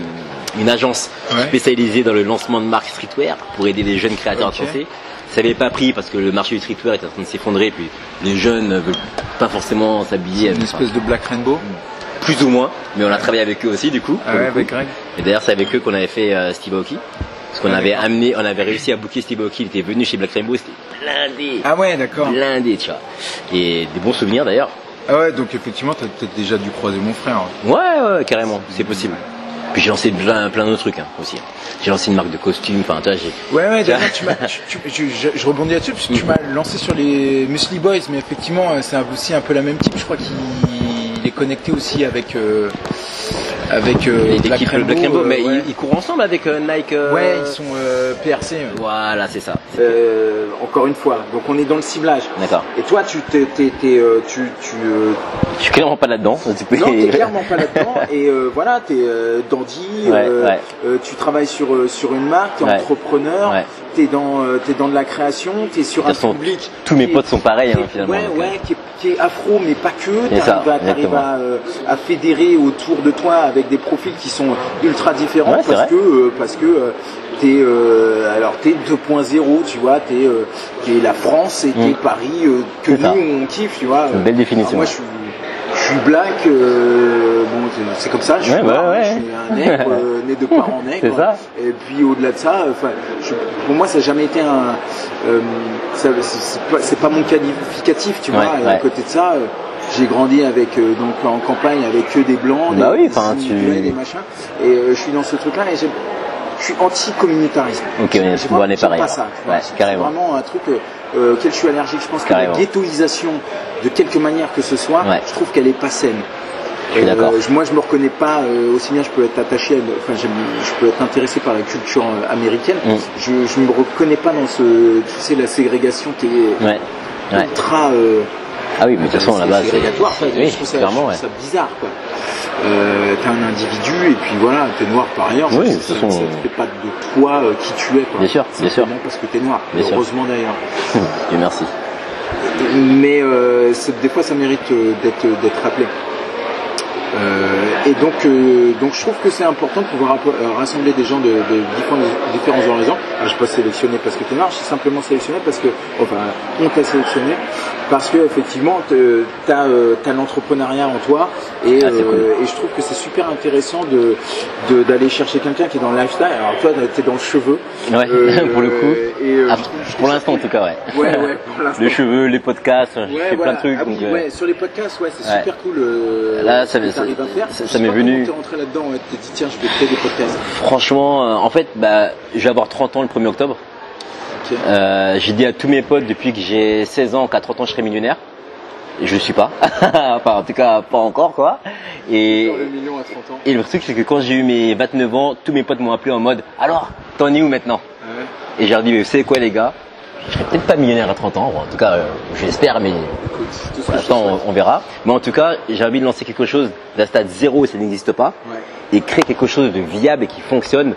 Speaker 3: une agence
Speaker 1: Ouais.
Speaker 3: spécialisée dans le lancement de marques streetwear pour aider les jeunes créateurs
Speaker 1: Ok.
Speaker 3: à se lancer. Ça n'avait pas pris parce que le marché du streetwear était en train de s'effondrer, puis les jeunes ne veulent pas forcément s'habiller.
Speaker 1: Une
Speaker 3: avec-
Speaker 1: espèce de Black Rainbow.
Speaker 3: enfin, plus ou moins, mais on a travaillé avec eux aussi, du coup.
Speaker 1: Ah
Speaker 3: pour
Speaker 1: ouais,
Speaker 3: le coup.
Speaker 1: avec Greg.
Speaker 3: Et d'ailleurs, c'est avec eux qu'on avait fait euh, Steve Aoki. Parce qu'on
Speaker 1: Ah,
Speaker 3: avait
Speaker 1: d'accord.
Speaker 3: amené, on avait réussi à booker Steve Aoki. Il était venu chez Black Rainbow, c'était blindé.
Speaker 1: Ah ouais, d'accord.
Speaker 3: blindé, tu vois. Et des bons souvenirs d'ailleurs.
Speaker 1: Ah ouais, donc effectivement, t'as peut-être déjà dû croiser mon frère.
Speaker 3: Ouais, ouais, carrément, c'est possible. Puis j'ai lancé plein, plein d'autres trucs hein, aussi. J'ai lancé une marque de costumes, enfin, tu vois, j'ai.
Speaker 1: Ouais, ouais, d'ailleurs, tu m'as, tu- tu- je, je- je rebondis là-dessus, parce que tu
Speaker 3: Mhm.
Speaker 1: m'as lancé sur les Musli Boys, mais effectivement, euh, c'est un- aussi un peu la même type. Je crois qu'il il est connecté aussi avec, euh, avec euh,
Speaker 3: les équipes Black Rainbow,
Speaker 1: euh,
Speaker 3: mais
Speaker 1: ouais.
Speaker 3: ils, ils courent ensemble avec euh, Nike. euh,
Speaker 1: Ouais, ils sont euh, PRC. euh.
Speaker 3: Voilà, c'est ça.
Speaker 1: Euh, encore une fois, donc on est dans le ciblage.
Speaker 3: D'accord.
Speaker 1: Et toi, tu t'es, t'es- t'es, euh, tu, tu, euh,
Speaker 3: Je suis clairement pas là-dedans. tu peux-
Speaker 1: non, t'es clairement pas là-dedans. Et euh, voilà, t'es euh, dandy,
Speaker 3: Ouais,
Speaker 1: euh,
Speaker 3: ouais.
Speaker 1: euh, tu travailles sur euh, sur une marque, t'es
Speaker 3: Ouais.
Speaker 1: entrepreneur,
Speaker 3: Ouais.
Speaker 1: t'es dans euh, t'es dans de la création, t'es sur un
Speaker 3: De toute façon,
Speaker 1: public.
Speaker 3: Tous mes
Speaker 1: qui est-
Speaker 3: potes sont pareils,
Speaker 1: qui
Speaker 3: hein,
Speaker 1: est-
Speaker 3: finalement.
Speaker 1: ouais,
Speaker 3: donc, euh,
Speaker 1: ouais, qui est, qui est afro, mais pas que.
Speaker 3: C'est ça,
Speaker 1: T'arrives à, t'arrives
Speaker 3: exactement.
Speaker 1: à, euh, à fédérer autour de toi avec des profils qui sont ultra différents
Speaker 3: Ouais, c'est
Speaker 1: parce,
Speaker 3: vrai.
Speaker 1: que, euh, parce que euh, t'es euh, alors t'es 2.0, tu vois, t'es euh, t'es la France et t'es
Speaker 3: Mm.
Speaker 1: Paris euh, que
Speaker 3: C'est ça.
Speaker 1: nous on kiffe, tu vois. euh.
Speaker 3: une belle définition.
Speaker 1: Alors moi, je suis, je suis black. euh, bon, c'est- c'est comme ça. Je suis,
Speaker 3: Ouais, bah
Speaker 1: noir,
Speaker 3: ouais.
Speaker 1: je suis un nègre, euh, né de parents nègres.
Speaker 3: C'est ça.
Speaker 1: Et puis au-delà de ça, enfin, je- pour moi, ça n'a jamais été un. euh, ça- c'est c'est pas, c'est pas mon qualificatif, tu vois.
Speaker 3: Ouais,
Speaker 1: Et à
Speaker 3: ouais.
Speaker 1: côté de ça. euh, j'ai grandi avec euh, donc en campagne avec que des blancs,
Speaker 3: Bah
Speaker 1: des,
Speaker 3: oui,
Speaker 1: des
Speaker 3: enfin, tu-
Speaker 1: immigrés, des machins. Et euh, je suis dans ce truc-là et j'aime- je suis anti-communautarisme.
Speaker 3: Ok,
Speaker 1: J'ai-
Speaker 3: on est-
Speaker 1: j'ai
Speaker 3: bon, on
Speaker 1: vraiment-
Speaker 3: est
Speaker 1: j'aime
Speaker 3: pareil,
Speaker 1: Pas
Speaker 3: ouais.
Speaker 1: ça, tu vois.
Speaker 3: Ouais,
Speaker 1: C'est
Speaker 3: carrément.
Speaker 1: Vraiment un truc euh, auquel je suis allergique. Je pense que la
Speaker 3: Carrément.
Speaker 1: ghettoisation de quelque manière que ce soit,
Speaker 3: Ouais.
Speaker 1: je trouve qu'elle est pas saine. euh,
Speaker 3: suis d'accord.
Speaker 1: je- moi, je me reconnais pas. euh, aussi bien, je peux être attaché, à, enfin, j'aime- je peux être intéressé par la culture euh, américaine.
Speaker 3: Mm.
Speaker 1: Je, je me reconnais pas dans ce, tu sais, la ségrégation qui est
Speaker 3: Ouais. Ouais.
Speaker 1: ultra. euh,
Speaker 3: Ah oui, mais de toute façon,
Speaker 1: c'est-
Speaker 3: là-bas,
Speaker 1: c'est
Speaker 3: c'est.
Speaker 1: obligatoire, ça.
Speaker 3: Oui,
Speaker 1: je trouve ça,
Speaker 3: clairement,
Speaker 1: je trouve
Speaker 3: ouais.
Speaker 1: ça bizarre, quoi. Euh, t'es un individu et puis voilà, t'es noir par ailleurs.
Speaker 3: Oui,
Speaker 1: ça,
Speaker 3: de toute
Speaker 1: ça-
Speaker 3: façon,
Speaker 1: ça
Speaker 3: euh,
Speaker 1: te fait pas de toi euh, qui tu es, quoi.
Speaker 3: Bien sûr, bien sûr.
Speaker 1: Simplement parce que t'es noir.
Speaker 3: Bien sûr.
Speaker 1: heureusement d'ailleurs.
Speaker 3: Et merci.
Speaker 1: Mais euh, c'est- des fois, ça mérite euh, d'être d'être rappelé. Euh, et donc, euh, donc, je trouve que c'est important de pouvoir rappo- euh, rassembler des gens de, de différents, différents horizons. Alors, je ne suis pas sélectionné parce que tu es noir, je suis simplement sélectionné parce que, enfin, on t'a sélectionné parce que effectivement, tu as, l'entrepreneuriat en toi et,
Speaker 3: Ah, c'est cool.
Speaker 1: euh, et je trouve que c'est super intéressant de de- d'aller chercher quelqu'un qui est dans le lifestyle. Alors toi, t'es dans le cheveu.
Speaker 3: Ouais,
Speaker 1: Euh,
Speaker 3: Ah, pour le coup.
Speaker 1: et, euh,
Speaker 3: Ah,
Speaker 1: je trouve- je
Speaker 3: pour
Speaker 1: trouve
Speaker 3: l'instant, en tout cas, ouais.
Speaker 1: ça- Ouais, ouais, pour l'instant.
Speaker 3: Les cheveux, les podcasts, j'ai
Speaker 1: Ouais,
Speaker 3: fait
Speaker 1: voilà.
Speaker 3: plein de trucs.
Speaker 1: Ah oui,
Speaker 3: donc, euh,
Speaker 1: ouais, sur les podcasts, ouais, c'est
Speaker 3: ouais.
Speaker 1: super cool. euh,
Speaker 3: Là,
Speaker 1: ce
Speaker 3: ça
Speaker 1: que
Speaker 3: m'est-
Speaker 1: t'arrives à faire.
Speaker 3: ça- ça
Speaker 1: Je sais
Speaker 3: m'est
Speaker 1: pas
Speaker 3: venu.
Speaker 1: comment T'es rentré là-dedans, ouais, t'es dit tiens, je vais créer des podcasts.
Speaker 3: Franchement, euh, en fait, bah, je vais avoir 30 ans le 1er octobre.
Speaker 1: Ok.
Speaker 3: Euh, j'ai dit à tous mes potes depuis que j'ai 16 ans qu'à 30 ans je serai millionnaire. Et Je le suis pas. enfin, en tout cas, pas encore, quoi. Et,
Speaker 1: Sur le million à 30 ans.
Speaker 3: et le truc, c'est que quand j'ai eu mes 29 ans, tous mes potes m'ont appelé en mode Alors, t'en es où maintenant
Speaker 1: Ouais.
Speaker 3: Et j'ai leur dit Mais c'est quoi, les gars Je serai peut-être pas millionnaire à 30 ans. Bon, en tout cas, euh, j'espère, mais
Speaker 1: Écoute, c'est tout ce
Speaker 3: pour
Speaker 1: que je te
Speaker 3: l'instant, on,
Speaker 1: souhaite.
Speaker 3: on verra. Mais en tout cas, j'ai envie de lancer quelque chose d'un stade zéro où ça n'existe pas
Speaker 1: Ouais.
Speaker 3: et créer quelque chose de viable et qui fonctionne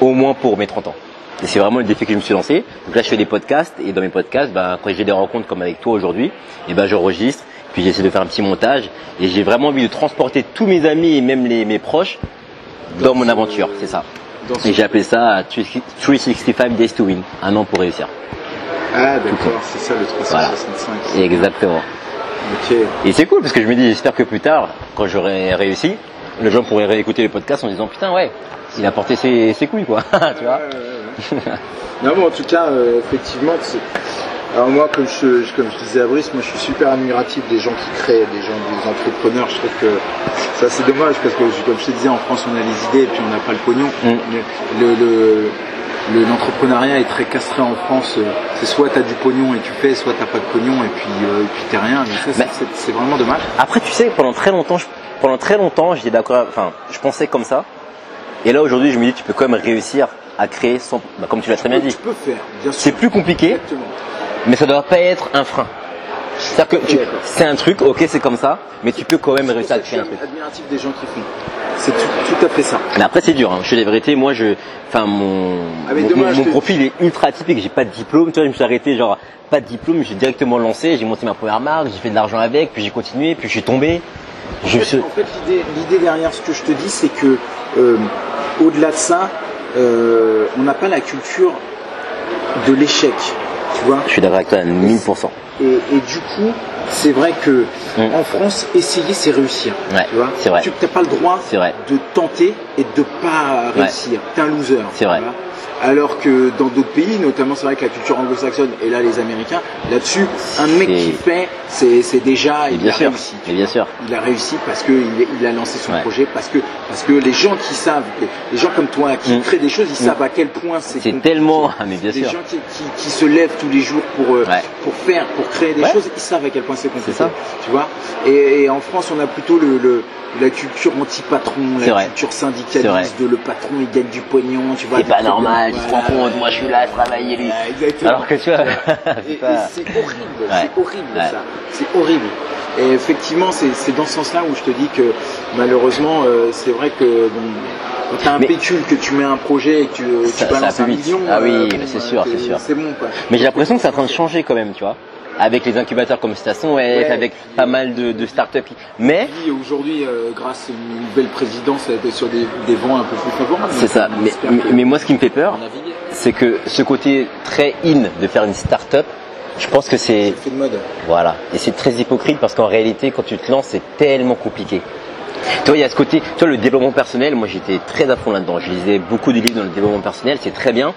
Speaker 3: au moins pour mes 30 ans. Et c'est vraiment le défi que je me suis lancé. Donc là, je fais des podcasts et dans mes podcasts, ben, quand j'ai des rencontres comme avec toi aujourd'hui, et ben, j'enregistre, puis j'essaie de faire un petit montage et j'ai vraiment envie de transporter tous mes amis et même les, mes proches dans,
Speaker 1: Dans
Speaker 3: mon
Speaker 1: ce-
Speaker 3: aventure, c'est ça.
Speaker 1: Dans ce-
Speaker 3: Et j'ai appelé ça 365 Days to Win, un an pour réussir.
Speaker 1: Ah, d'accord, c'est ça le 365.
Speaker 3: Exactement.
Speaker 1: Ok.
Speaker 3: Et c'est cool parce que je me dis, j'espère que plus tard, quand j'aurai réussi, les gens pourraient réécouter les podcasts en disant putain ouais, il a porté ses, ses couilles quoi, tu vois.
Speaker 1: Ouais, ouais, ouais. non, mais en tout cas, euh, effectivement, c'est- alors moi, comme je, je- comme je disais à Brice, moi je suis super admiratif des gens qui créent, des gens, des entrepreneurs. Je trouve que ça c'est dommage parce que, je- comme je te disais, en France on a les idées et puis on n'a pas le pognon.
Speaker 3: Mm.
Speaker 1: Le- le- le- le- L'entrepreneuriat est très castré en France. euh, C'est soit t'as du pognon et tu fais, soit t'as pas de pognon et puis euh, et puis t'es rien. Mais ça, c'est-
Speaker 3: Mais-
Speaker 1: c'est c'est vraiment dommage.
Speaker 3: Après tu sais, pendant très longtemps, je, pendant très longtemps, j'étais d'accord, enfin, je pensais comme ça. Et là aujourd'hui, je me dis, tu peux quand même réussir à créer son, bah, comme tu l'as très bien
Speaker 1: Tu
Speaker 3: dit.
Speaker 1: peux faire, bien sûr.
Speaker 3: C'est plus compliqué,
Speaker 1: Exactement.
Speaker 3: mais ça doit pas être un frein. C'est-à-dire que tu- c'est un truc, ok, c'est comme ça, mais tu peux quand même réussir à
Speaker 1: Je suis
Speaker 3: créer un truc.
Speaker 1: admiratif des gens qui font. C'est tout, tout à fait ça.
Speaker 3: Mais après c'est dur, hein. je suis la vérité, moi je. Enfin mon.
Speaker 1: Ah, mais
Speaker 3: mon,
Speaker 1: dommage
Speaker 3: mon
Speaker 1: que-
Speaker 3: profil est ultra atypique, j'ai pas de diplôme, tu vois, je me suis arrêté genre pas de diplôme, j'ai directement lancé, j'ai monté ma première marque, j'ai fait de l'argent avec, puis j'ai continué, puis je suis tombé. Je me
Speaker 1: En
Speaker 3: suis-
Speaker 1: fait, en fait, l'idée- l'idée derrière ce que je te dis, c'est que euh, au-delà de ça, euh, on n'a pas la culture de l'échec, tu vois.
Speaker 3: Je suis d'accord avec toi, à 1000%.
Speaker 1: Et, et du coup, c'est vrai que
Speaker 3: Mm.
Speaker 1: en France, essayer, c'est réussir.
Speaker 3: Ouais,
Speaker 1: tu vois.
Speaker 3: c'est vrai.
Speaker 1: Tu n'as pas le droit
Speaker 3: C'est vrai.
Speaker 1: de tenter et de pas
Speaker 3: Ouais.
Speaker 1: réussir. T'es un loser.
Speaker 3: C'est vrai.
Speaker 1: tu vois. Alors que dans d'autres pays, notamment c'est vrai que la culture anglo-saxonne et là les Américains, là-dessus, un mec
Speaker 3: C'est-
Speaker 1: qui fait, c'est c'est déjà
Speaker 3: Et
Speaker 1: il
Speaker 3: bien
Speaker 1: a
Speaker 3: sûr.
Speaker 1: réussi.
Speaker 3: Et bien sûr.
Speaker 1: Il a réussi parce que il, il a lancé son
Speaker 3: Ouais.
Speaker 1: projet, parce que parce que les gens qui savent, les, les gens comme toi qui
Speaker 3: Mm.
Speaker 1: créent des choses, ils savent à quel point c'est
Speaker 3: C'est
Speaker 1: compliqué.
Speaker 3: tellement. Ah mais bien
Speaker 1: Les
Speaker 3: sûr.
Speaker 1: gens qui, qui- qui se lèvent tous les jours pour, euh,
Speaker 3: Ouais.
Speaker 1: pour faire, pour créer des
Speaker 3: Ouais.
Speaker 1: choses, ils savent à quel point c'est compliqué.
Speaker 3: C'est ça.
Speaker 1: Tu vois et, et en France, on a plutôt le, le- la culture anti-patron,
Speaker 3: C'est
Speaker 1: la
Speaker 3: vrai.
Speaker 1: culture
Speaker 3: C'est vrai.
Speaker 1: syndicaliste de le patron, il gagne du pognon, tu vois.
Speaker 3: C'est
Speaker 1: des
Speaker 3: pas
Speaker 1: trucs
Speaker 3: normal,
Speaker 1: comme-
Speaker 3: tu te rends
Speaker 1: voilà.
Speaker 3: compte, moi je suis là à travailler lui.
Speaker 1: Voilà, exactement.
Speaker 3: Alors que tu vois.
Speaker 1: Et- et
Speaker 3: putain.
Speaker 1: c'est horrible,
Speaker 3: Ouais.
Speaker 1: c'est horrible
Speaker 3: Ouais.
Speaker 1: ça, c'est horrible. Et effectivement, c'est c'est dans ce sens-là où je te dis que malheureusement, euh, c'est vrai que bon, quand t'as un
Speaker 3: Mais-
Speaker 1: pécule, que tu mets un projet et que tu,
Speaker 3: Ça-
Speaker 1: tu balances
Speaker 3: ça
Speaker 1: un
Speaker 3: va plus vite.
Speaker 1: million,
Speaker 3: Ah oui,
Speaker 1: euh,
Speaker 3: mais c'est sûr,
Speaker 1: t'es-
Speaker 3: c'est sûr.
Speaker 1: C'est bon quoi.
Speaker 3: Mais j'ai l'impression que c'est en train de changer quand même, tu vois. Avec les incubateurs comme Station F,
Speaker 1: Ouais,
Speaker 3: avec
Speaker 1: puis-
Speaker 3: pas mal de, de startups. qui- Mais
Speaker 1: Puis, Aujourd'hui, euh, grâce à une nouvelle présidence, elle était sur des, des vents un peu plus favorables.
Speaker 3: c'est ça.
Speaker 1: Donc, on
Speaker 3: Mais,
Speaker 1: espère
Speaker 3: mais-
Speaker 1: que-
Speaker 3: mais moi, ce qui me fait peur,
Speaker 1: on navigue.
Speaker 3: c'est que ce côté très in de faire une startup, je pense que c'est
Speaker 1: C'est le mode.
Speaker 3: Voilà. Et c'est très hypocrite parce qu'en réalité, quand tu te lances, c'est tellement compliqué. Tu vois, il y a ce côté, tu vois, le développement personnel, moi j'étais très à fond là-dedans. Je lisais beaucoup de livres dans le développement personnel, c'est très bien.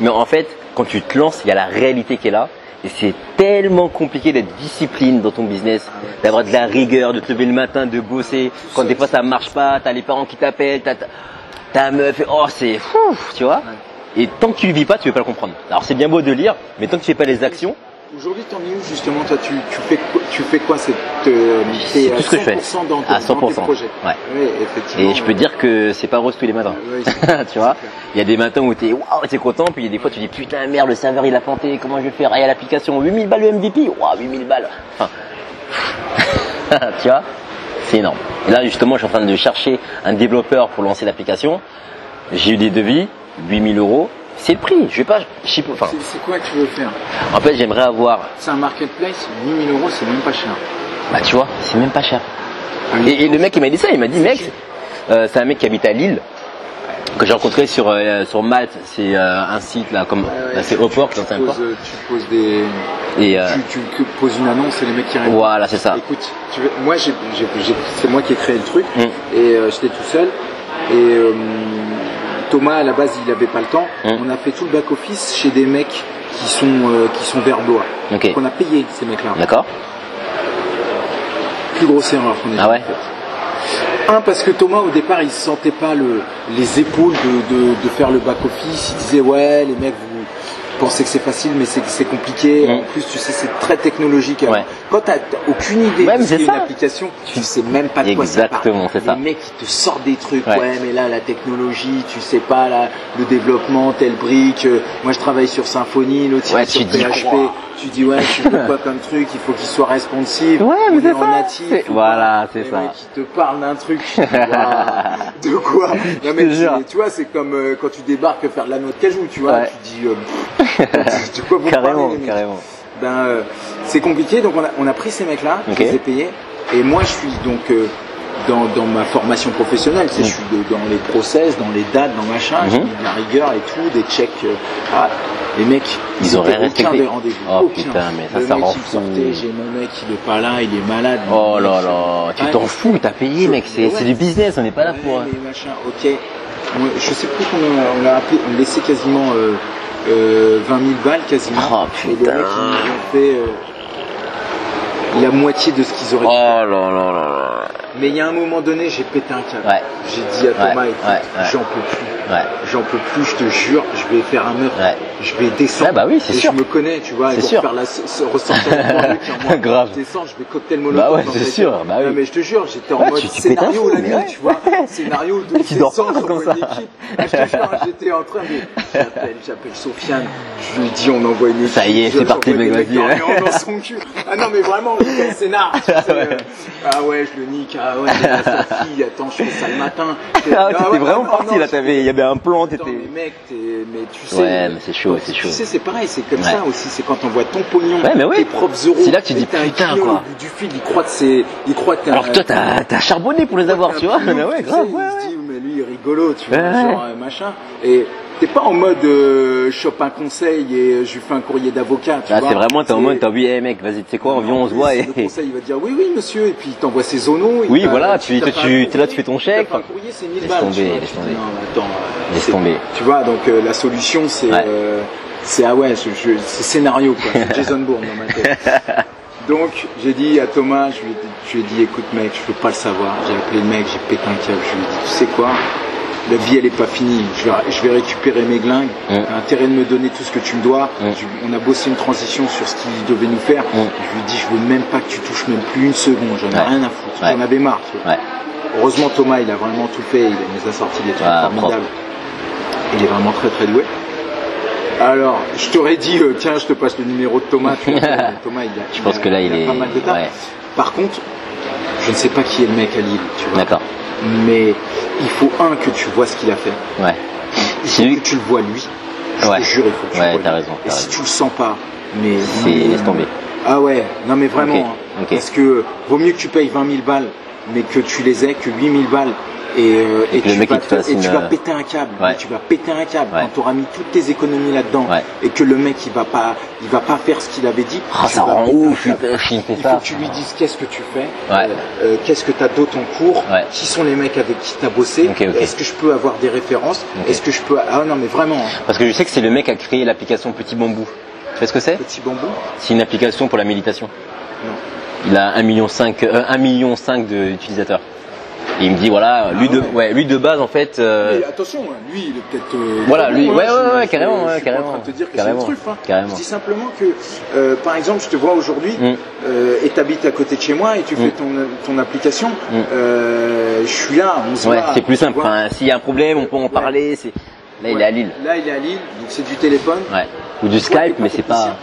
Speaker 3: Mais en fait, quand tu te lances, il y a la réalité qui est là. Et c'est tellement compliqué d'être discipline dans ton business, d'avoir de la rigueur, de te lever le matin, de bosser. Quand des fois ça marche pas, t'as les parents qui t'appellent, t'as ta- ta meuf, et oh c'est fou, tu vois. Et tant que tu le vis pas, tu peux pas le comprendre. Alors c'est bien beau de lire, mais tant que tu fais pas les actions,
Speaker 1: Aujourd'hui, t'en es où justement Toi, tu, tu fais quoi, tu fais quoi cette, euh,
Speaker 3: C'est
Speaker 1: t'es
Speaker 3: tout ce que je fais.
Speaker 1: 100% dans,
Speaker 3: à
Speaker 1: ton- dans tes
Speaker 3: 100%.
Speaker 1: projets.
Speaker 3: Ouais.
Speaker 1: Oui, effectivement.
Speaker 3: Et je peux
Speaker 1: euh,
Speaker 3: te dire que c'est pas rose tous les matins.
Speaker 1: ouais,
Speaker 3: tu vois, il y a des matins où t'es waouh, t'es content, puis il y a des fois tu dis putain merde, le serveur il a planté, comment je vais faire Ah, il y a l'application, 8000 balles le MVP, waouh, 8000 balles. Enfin, tu vois, c'est énorme. Et là justement, je suis en train de chercher un développeur pour lancer l'application. J'ai eu des devis, 8000 euros, c'est le prix. Je vais pas chipo- Enfin,
Speaker 1: C'est- C'est quoi que tu veux faire
Speaker 3: en fait, j'aimerais avoir,
Speaker 1: C'est un marketplace, 8000 euros, c'est même pas cher.
Speaker 3: bah tu vois, c'est même pas cher. Et, et le mec il m'a dit ça, il m'a dit mec, euh, c'est un mec qui habite à Lille que j'ai rencontré sur euh, sur Malte, c'est euh, un site là comme
Speaker 1: Ouais, ouais,
Speaker 3: bah, c'est
Speaker 1: tu-
Speaker 3: Upwork,
Speaker 1: tu,
Speaker 3: j'en sais même pas.
Speaker 1: poses, euh, tu poses des.
Speaker 3: Et euh,
Speaker 1: Tu, tu poses une annonce et les mecs qui répondent.
Speaker 3: voilà, c'est ça.
Speaker 1: Écoute, tu veux- moi, j'ai- j'ai- j'ai- c'est moi qui ai créé le truc
Speaker 3: Mm.
Speaker 1: et euh, j'étais tout seul. Et euh, Thomas, à la base, il n'avait pas le temps.
Speaker 3: Mm.
Speaker 1: On a fait tout le back office chez des mecs qui sont euh, qui sont verdois.
Speaker 3: Ok.
Speaker 1: Qu'on a payé ces mecs-là.
Speaker 3: D'accord.
Speaker 1: Plus grosse erreur qu'on ait
Speaker 3: Ah ouais.
Speaker 1: Un, parce que Thomas, au départ, il se sentait pas le, les épaules de, de- de faire le back-office. Il disait, ouais, les mecs, vous pensez que c'est facile, mais c'est c'est compliqué.
Speaker 3: Mm.
Speaker 1: En plus, tu sais, c'est très technologique.
Speaker 3: Ouais.
Speaker 1: Quand t'as t'as aucune idée
Speaker 3: Ouais, mais
Speaker 1: de ce
Speaker 3: c'est
Speaker 1: qu'est une
Speaker 3: ça.
Speaker 1: application, tu sais même pas de quoi ça parle.
Speaker 3: Exactement, c'est ça.
Speaker 1: Les mecs, ils te sortent des trucs. Ouais.
Speaker 3: Ouais.
Speaker 1: mais là, la technologie, tu sais pas, là, le développement, telle brique. euh, moi, je travaille sur Symfony, l'autre, il
Speaker 3: Ouais,
Speaker 1: est sur
Speaker 3: tu dis
Speaker 1: PHP.
Speaker 3: quoi
Speaker 1: Tu dis, ouais, tu veux quoi comme truc? Il faut qu'il soit responsive.
Speaker 3: Ouais, mais
Speaker 1: On
Speaker 3: c'est
Speaker 1: est en
Speaker 3: ça.
Speaker 1: natif,
Speaker 3: C'est-
Speaker 1: faut
Speaker 3: voilà,
Speaker 1: pas-
Speaker 3: c'est
Speaker 1: les
Speaker 3: ça.
Speaker 1: mecs, qui te parle d'un truc. tu dis, Waouh, de quoi Non, mais
Speaker 3: te
Speaker 1: tu,
Speaker 3: jure.
Speaker 1: tu vois, c'est comme euh, quand tu débarques faire de la noix de cajou, tu vois.
Speaker 3: Ouais.
Speaker 1: Tu dis, euh, pff, de quoi vous
Speaker 3: Carrément,
Speaker 1: parlez, les mecs
Speaker 3: carrément.
Speaker 1: Ben, euh, c'est compliqué. Donc, on a, on a pris ces mecs-là,
Speaker 3: Ok.
Speaker 1: je les ai payés. Et moi, je suis donc euh, dans, dans ma formation professionnelle. tu sais,
Speaker 3: Mhm.
Speaker 1: Je suis de- dans les process, dans les dates, dans machin. J'ai
Speaker 3: Mhm.
Speaker 1: mis de la rigueur et tout, des checks. euh, ah, les mecs,
Speaker 3: Ils ont
Speaker 1: n'étaient
Speaker 3: rien respecté.
Speaker 1: Aucun des rendez-vous.
Speaker 3: Oh,
Speaker 1: aucun.
Speaker 3: putain, mais ça,
Speaker 1: Le
Speaker 3: ça
Speaker 1: mec,
Speaker 3: rend
Speaker 1: il me
Speaker 3: fou.
Speaker 1: sortait, J'ai mon mec, il est pas là, il est malade.
Speaker 3: Oh
Speaker 1: Mon
Speaker 3: là
Speaker 1: mec,
Speaker 3: là, tu
Speaker 1: Ouais.
Speaker 3: t'en fous, t'as payé mec, c'est
Speaker 1: Ouais.
Speaker 3: c'est du business, on n'est pas là
Speaker 1: Ouais,
Speaker 3: pour. hein.
Speaker 1: mais machin, ok. On- Je sais plus combien on l'a appelé, on laissait quasiment euh, euh, 20 000 balles quasiment.
Speaker 3: Oh,
Speaker 1: Et les
Speaker 3: putain.
Speaker 1: mecs, ils ont fait euh, la moitié de ce qu'ils
Speaker 3: Oh
Speaker 1: auraient
Speaker 3: là là là là.
Speaker 1: dû. Mais il y a un moment donné, j'ai pété un câble.
Speaker 3: Ouais.
Speaker 1: J'ai dit à
Speaker 3: Ouais,
Speaker 1: Thomas, écoute,
Speaker 3: ouais, ouais.
Speaker 1: j'en peux plus.
Speaker 3: Ouais.
Speaker 1: J'en peux plus, je te jure, je vais faire un meuf,
Speaker 3: Ouais.
Speaker 1: je vais descendre.
Speaker 3: Ah bah oui, c'est
Speaker 1: Et
Speaker 3: sûr.
Speaker 1: Je me connais, tu vois, et
Speaker 3: C'est
Speaker 1: pour
Speaker 3: sûr.
Speaker 1: faire la se- ressortir le truc, en moi,
Speaker 3: Grave.
Speaker 1: Je descends, je vais cocktail molotov.
Speaker 3: Bah ouais,
Speaker 1: dans
Speaker 3: c'est
Speaker 1: le
Speaker 3: sûr,
Speaker 1: truc.
Speaker 3: bah oui.
Speaker 1: Non, mais je te jure, j'étais en
Speaker 3: Ouais,
Speaker 1: mode
Speaker 3: tu- tu pètes un
Speaker 1: scénario
Speaker 3: fou,
Speaker 1: la
Speaker 3: mais
Speaker 1: nuit,
Speaker 3: ouais.
Speaker 1: tu vois, scénario de
Speaker 3: Tu dors
Speaker 1: descendre
Speaker 3: pas comme
Speaker 1: une
Speaker 3: ça.
Speaker 1: équipe. Ah, je te jure, j'étais en train de. J'appelle, j'appelle Sofiane, je lui dis, on envoie une équipe.
Speaker 3: Ça y est,
Speaker 1: je-
Speaker 3: c'est parti,
Speaker 1: j'envoie
Speaker 3: mec,
Speaker 1: des mecs
Speaker 3: vas-y, ouais.
Speaker 1: dormants dans son cul. Ah non, mais vraiment, j'étais le scénar. tu sais, euh, Ah ouais, je le nique, ah ouais, j'ai pas sa fille, attends, je fais ça le matin.
Speaker 3: Ah ouais, t'étais
Speaker 1: ouais,
Speaker 3: vraiment
Speaker 1: non,
Speaker 3: parti
Speaker 1: non,
Speaker 3: là,
Speaker 1: je-
Speaker 3: t'avais- il y avait un plan,
Speaker 1: Attends,
Speaker 3: t'étais.
Speaker 1: mais mec, t'es- mais tu sais.
Speaker 3: Ouais, mais c'est chaud, c'est chaud.
Speaker 1: Tu sais, c'est pareil, c'est comme
Speaker 3: Ouais.
Speaker 1: ça aussi, c'est quand on voit ton pognon,
Speaker 3: Ouais, mais oui.
Speaker 1: tes propres euros.
Speaker 3: C'est là que tu dis,
Speaker 1: et t'as un
Speaker 3: putain,
Speaker 1: client
Speaker 3: quoi.
Speaker 1: au bout Du fil, il croit que c'est. Il croit que t'as
Speaker 3: Alors que toi,
Speaker 1: un-
Speaker 3: t'as t'as charbonné pour les
Speaker 1: il croit
Speaker 3: avoir,
Speaker 1: que
Speaker 3: tu
Speaker 1: t'as un
Speaker 3: vois. Mais
Speaker 1: pognon,
Speaker 3: ouais,
Speaker 1: tu
Speaker 3: grave,
Speaker 1: sais,
Speaker 3: ouais,
Speaker 1: Il se
Speaker 3: ouais.
Speaker 1: dit, mais lui, il est rigolo, tu vois,
Speaker 3: Ouais,
Speaker 1: genre euh, machin. Et t'es pas en mode euh, chope un conseil et euh, je lui fais un courrier d'avocat, tu
Speaker 3: Là,
Speaker 1: vois.
Speaker 3: Bah, c'est vraiment, t'es en mode, t'as oublié, eh, mec, vas-y, tu sais quoi, on vient, on se voit
Speaker 1: Le
Speaker 3: et.
Speaker 1: conseil, il va te dire oui, oui, monsieur, et puis il t'envoie ses zonos. il
Speaker 3: Oui,
Speaker 1: t'a-
Speaker 3: voilà,
Speaker 1: il
Speaker 3: tu-
Speaker 1: t'a
Speaker 3: tu-
Speaker 1: fait un
Speaker 3: tu-
Speaker 1: courrier,
Speaker 3: t'es là, tu fais ton
Speaker 1: il t'a
Speaker 3: chèque.
Speaker 1: fait un courrier, c'est 1000
Speaker 3: Laisse
Speaker 1: balles, tu
Speaker 3: tomber,
Speaker 1: vois,
Speaker 3: laisse
Speaker 1: tu te
Speaker 3: tomber.
Speaker 1: dis, Non, mais attends, euh,
Speaker 3: Laisse
Speaker 1: c'est-
Speaker 3: tomber.
Speaker 1: Tu vois, donc euh, la solution, c'est
Speaker 3: Ouais.
Speaker 1: euh, c'est ah ouais, ce jeu- c'est scénario quoi, c'est Jason Bourne dans ma tête. Donc j'ai dit à Thomas, je lui ai dit, je lui ai dit, écoute mec, je veux pas le savoir. J'ai appelé le mec, j'ai pété un câble, je lui ai dit, tu sais quoi, la vie elle est pas finie. Je vais, je vais récupérer mes glingues.
Speaker 3: Mm.
Speaker 1: T'as intérêt de me donner tout ce que tu me dois.
Speaker 3: Mm.
Speaker 1: Je- on a bossé une transition sur ce qu'il devait nous faire. Je lui ai dit, je veux même pas que tu touches même plus une seconde. J'en ai
Speaker 3: Ouais.
Speaker 1: rien à foutre.
Speaker 3: Ouais.
Speaker 1: J'en avais marre. tu vois.
Speaker 3: Ouais.
Speaker 1: Heureusement Thomas, il a vraiment tout fait. Il nous a sorti des trucs
Speaker 3: Ah,
Speaker 1: formidables. Il est vraiment très très doué. Alors, je t'aurais dit, euh, tiens, je te passe le numéro de Thomas. tu vois, mais Thomas, il a,
Speaker 3: Je pense
Speaker 1: il a-
Speaker 3: que là, il
Speaker 1: a
Speaker 3: est.
Speaker 1: pas mal de taf.
Speaker 3: Ouais.
Speaker 1: Par contre, je ne sais pas qui est le mec à Lille, tu vois.
Speaker 3: D'accord.
Speaker 1: Mais il faut un que tu vois ce qu'il a fait.
Speaker 3: Ouais.
Speaker 1: Il
Speaker 3: C'est
Speaker 1: faut
Speaker 3: lui-
Speaker 1: que tu le vois lui. Je
Speaker 3: Ouais.
Speaker 1: te jure, il faut que tu
Speaker 3: Ouais,
Speaker 1: le vois.
Speaker 3: t'as
Speaker 1: lui.
Speaker 3: raison,
Speaker 1: Et
Speaker 3: t'as
Speaker 1: si
Speaker 3: raison.
Speaker 1: tu le sens pas, mais
Speaker 3: C'est- laisse tomber.
Speaker 1: Ah ouais, non mais vraiment.
Speaker 3: Ok,
Speaker 1: hein.
Speaker 3: ok.
Speaker 1: Parce que vaut mieux que tu payes 20 000 balles, mais que tu les aies que 8 000 balles. Et, euh,
Speaker 3: Et
Speaker 1: et
Speaker 3: que le
Speaker 1: tu,
Speaker 3: mec,
Speaker 1: vas,
Speaker 3: il te fasse
Speaker 1: et tu
Speaker 3: une,
Speaker 1: vas
Speaker 3: euh,
Speaker 1: péter un câble.
Speaker 3: Ouais.
Speaker 1: Et Tu vas péter un câble
Speaker 3: Ouais.
Speaker 1: quand tu auras mis toutes tes économies là-dedans
Speaker 3: Ouais.
Speaker 1: et que le mec il va pas, il va pas faire ce qu'il avait dit.
Speaker 3: Ah,
Speaker 1: tu
Speaker 3: ça
Speaker 1: vas
Speaker 3: rend
Speaker 1: péter un
Speaker 3: ouf,
Speaker 1: câble.
Speaker 3: putain, je fais
Speaker 1: Il faut
Speaker 3: ça.
Speaker 1: que tu lui dises qu'est-ce que tu fais,
Speaker 3: Ouais.
Speaker 1: euh, euh, qu'est-ce que tu as d'autre en cours,
Speaker 3: Ouais.
Speaker 1: qui sont les mecs avec qui tu as bossé,
Speaker 3: Ok, ok.
Speaker 1: est-ce que je peux avoir des références,
Speaker 3: Ok.
Speaker 1: est-ce que je peux... Ah non mais vraiment, hein.
Speaker 3: Parce que je sais que c'est le mec qui a créé l'application Petit Bambou. Tu sais ce que c'est
Speaker 1: petit bambou.
Speaker 3: C'est une application pour la méditation.
Speaker 1: Non.
Speaker 3: Il a 1,5 million, euh, 1,5 million d'utilisateurs. Et il me dit, voilà, lui,
Speaker 1: Ah
Speaker 3: de,
Speaker 1: ouais.
Speaker 3: ouais, lui de base, en fait, euh,
Speaker 1: Mais attention, hein, lui il est peut-être... euh,
Speaker 3: Voilà,
Speaker 1: pas
Speaker 3: lui,
Speaker 1: bon,
Speaker 3: ouais,
Speaker 1: je-
Speaker 3: ouais, ouais,
Speaker 1: je- je-
Speaker 3: carrément,
Speaker 1: je suis
Speaker 3: ouais,
Speaker 1: pas
Speaker 3: carrément,
Speaker 1: en train de te dire que c'est
Speaker 3: carrément,
Speaker 1: le truffe, hein.
Speaker 3: carrément.
Speaker 1: Je dis simplement que, euh, par exemple, je te vois aujourd'hui,
Speaker 3: Mm.
Speaker 1: euh, et t'habites à côté de chez moi, et tu fais
Speaker 3: Mm.
Speaker 1: ton, ton application,
Speaker 3: Mm.
Speaker 1: euh, je suis là, on se
Speaker 3: ouais,
Speaker 1: voit,
Speaker 3: c'est plus
Speaker 1: tu
Speaker 3: simple. hein.
Speaker 1: vois.
Speaker 3: Enfin, s'il y a un problème, on peut en
Speaker 1: Ouais.
Speaker 3: parler. C'est... Là, il
Speaker 1: Ouais.
Speaker 3: est à Lille.
Speaker 1: Là, il est à Lille, donc c'est du téléphone.
Speaker 3: Ouais. Ou du Skype,
Speaker 1: mais
Speaker 3: mais c'est pas.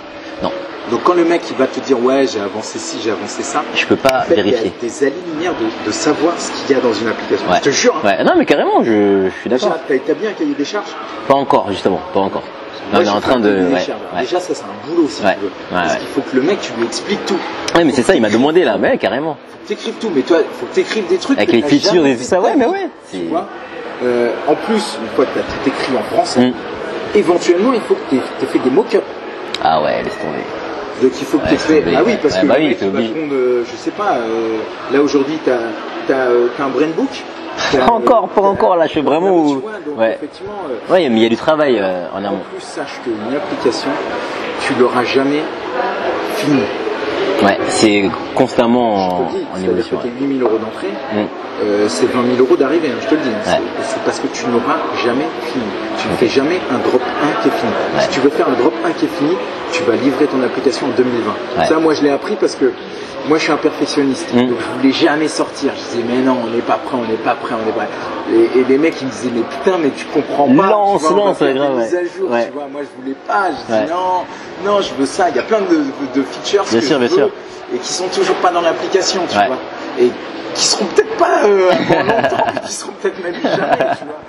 Speaker 3: Non,
Speaker 1: Donc quand le mec il va te dire ouais j'ai avancé ci, j'ai avancé ça,
Speaker 3: je peux pas
Speaker 1: en fait, il y a
Speaker 3: Ah, vérifier.
Speaker 1: des alinéaires de, de savoir ce qu'il y a dans une application.
Speaker 3: Ouais.
Speaker 1: Je te jure, hein,
Speaker 3: Ouais. Non, mais carrément, je, je suis
Speaker 1: déjà,
Speaker 3: d'accord.
Speaker 1: t'as établi un cahier des charges.
Speaker 3: Pas encore, justement, pas encore. Là,
Speaker 1: Moi,
Speaker 3: on est
Speaker 1: j'ai
Speaker 3: en
Speaker 1: fait
Speaker 3: train
Speaker 1: un
Speaker 3: de.
Speaker 1: cahier des
Speaker 3: Ouais.
Speaker 1: charges.
Speaker 3: ouais.
Speaker 1: Déjà ça c'est un boulot si
Speaker 3: Ouais.
Speaker 1: tu veux.
Speaker 3: Ouais,
Speaker 1: Parce
Speaker 3: ouais.
Speaker 1: qu'il faut que le mec tu lui expliques tout.
Speaker 3: Ouais, mais c'est ça, il m'a demandé là, mais ouais, carrément.
Speaker 1: Faut que t'écrives tout, mais toi faut que t'écrives des trucs.
Speaker 3: Avec
Speaker 1: que
Speaker 3: les
Speaker 1: t'as
Speaker 3: features
Speaker 1: jamais
Speaker 3: et tout ça,
Speaker 1: fait.
Speaker 3: ouais, mais ouais.
Speaker 1: Tu
Speaker 3: c'est-
Speaker 1: vois Euh, en plus, une fois que t'as tout écrit en français,
Speaker 3: Mm.
Speaker 1: éventuellement il faut que t'aies t'aies fait des mock-ups.
Speaker 3: Ah ouais, laisse tomber.
Speaker 1: Donc il faut que
Speaker 3: Ouais,
Speaker 1: tu
Speaker 3: c'est
Speaker 1: fais.
Speaker 3: obligé.
Speaker 1: Ah oui, parce
Speaker 3: Ouais,
Speaker 1: que
Speaker 3: bah
Speaker 1: le
Speaker 3: oui,
Speaker 1: mec,
Speaker 3: t'es
Speaker 1: il va te
Speaker 3: obligé.
Speaker 1: prendre, euh, je sais pas, euh, là aujourd'hui, t'as as, un brain book. t'as, euh,
Speaker 3: Pas encore, pas
Speaker 1: t'as-
Speaker 3: encore, là, je suis
Speaker 1: Ah,
Speaker 3: vraiment
Speaker 1: mais tu
Speaker 3: au-
Speaker 1: vois, donc
Speaker 3: ouais.
Speaker 1: effectivement, euh,
Speaker 3: Ouais, mais il y a du travail euh, en
Speaker 1: en
Speaker 3: amont.
Speaker 1: plus, sache qu'une application, tu l'auras jamais finie.
Speaker 3: Ouais, c'est constamment en,
Speaker 1: je te le dis,
Speaker 3: en
Speaker 1: c'est-à-dire
Speaker 3: évolution.
Speaker 1: que
Speaker 3: ouais.
Speaker 1: t'es 8 000 euros d'entrée,
Speaker 3: Mm.
Speaker 1: euh, c'est 20 000 euros d'arrivée, hein, je te le dis. hein,
Speaker 3: Ouais.
Speaker 1: C'est c'est parce que tu n'auras jamais fini. Tu ne fais jamais un drop 1 qui est fini.
Speaker 3: Ouais.
Speaker 1: Si tu veux faire un drop 1 qui est fini, tu vas livrer ton application en 2020.
Speaker 3: Ouais.
Speaker 1: Ça, moi, je l'ai appris parce que moi, je suis un perfectionniste.
Speaker 3: Mm.
Speaker 1: Donc, je voulais jamais sortir. Je disais, mais non, on n'est pas prêt, on n'est pas prêt, on n'est pas prêt. Et, et les mecs, ils me disaient, mais putain, mais tu comprends pas. tu
Speaker 3: Lance,
Speaker 1: vois, on va
Speaker 3: lance,
Speaker 1: faire
Speaker 3: ouais, grave,
Speaker 1: des mises à jour,
Speaker 3: ouais.
Speaker 1: tu vois. Moi, je voulais pas. Je
Speaker 3: Ouais.
Speaker 1: dis, non, non, je veux ça. Il y a plein de, de features
Speaker 3: Bien
Speaker 1: que
Speaker 3: sûr,
Speaker 1: je veux
Speaker 3: bien sûr.
Speaker 1: et qui sont toujours pas dans l'application, tu
Speaker 3: Ouais.
Speaker 1: vois, et qui seront peut-être pas euh, avant longtemps, et qui seront peut-être même jamais, tu vois.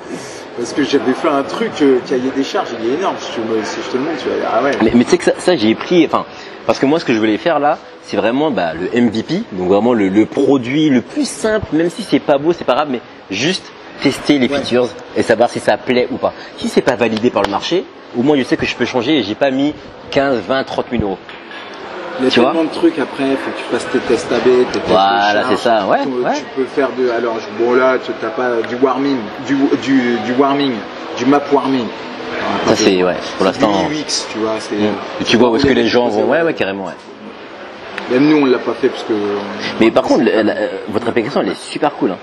Speaker 1: Parce que j'avais fait un truc euh, cahier des charges, il est énorme, si tu me- si je te le montre, tu vas dire, ah ouais.
Speaker 3: Mais, mais tu sais que ça, ça, j'ai pris, enfin, parce que moi ce que je voulais faire là, c'est vraiment bah, le MVP, donc vraiment le, le produit le plus simple, même si c'est pas beau, c'est pas grave, mais juste tester les
Speaker 1: Ouais.
Speaker 3: features et savoir si ça plaît ou pas. Si c'est pas validé par le marché, au moins je sais que je peux changer et j'ai pas mis 15, 20, 30 000 euros.
Speaker 1: Il y a
Speaker 3: tu
Speaker 1: tellement
Speaker 3: vois
Speaker 1: de trucs après, faut que tu fasses tes tests AB, tes tests
Speaker 3: Voilà,
Speaker 1: de charge,
Speaker 3: c'est ça, ouais,
Speaker 1: tu,
Speaker 3: ouais.
Speaker 1: tu peux faire de, alors, je- bon là, tu t'as pas du warming, du, du, du warming, du map warming.
Speaker 3: Ça c'est, ouais, pour
Speaker 1: C'est du
Speaker 3: l'instant.
Speaker 1: UX, tu vois, c'est.
Speaker 3: mm. Tu vois où est-ce que les gens vont Ouais, ouais, carrément, ouais.
Speaker 1: Même nous, on l'a pas fait parce que. on-
Speaker 3: Mais par contre, la- la- euh, votre application elle est super cool. Hein.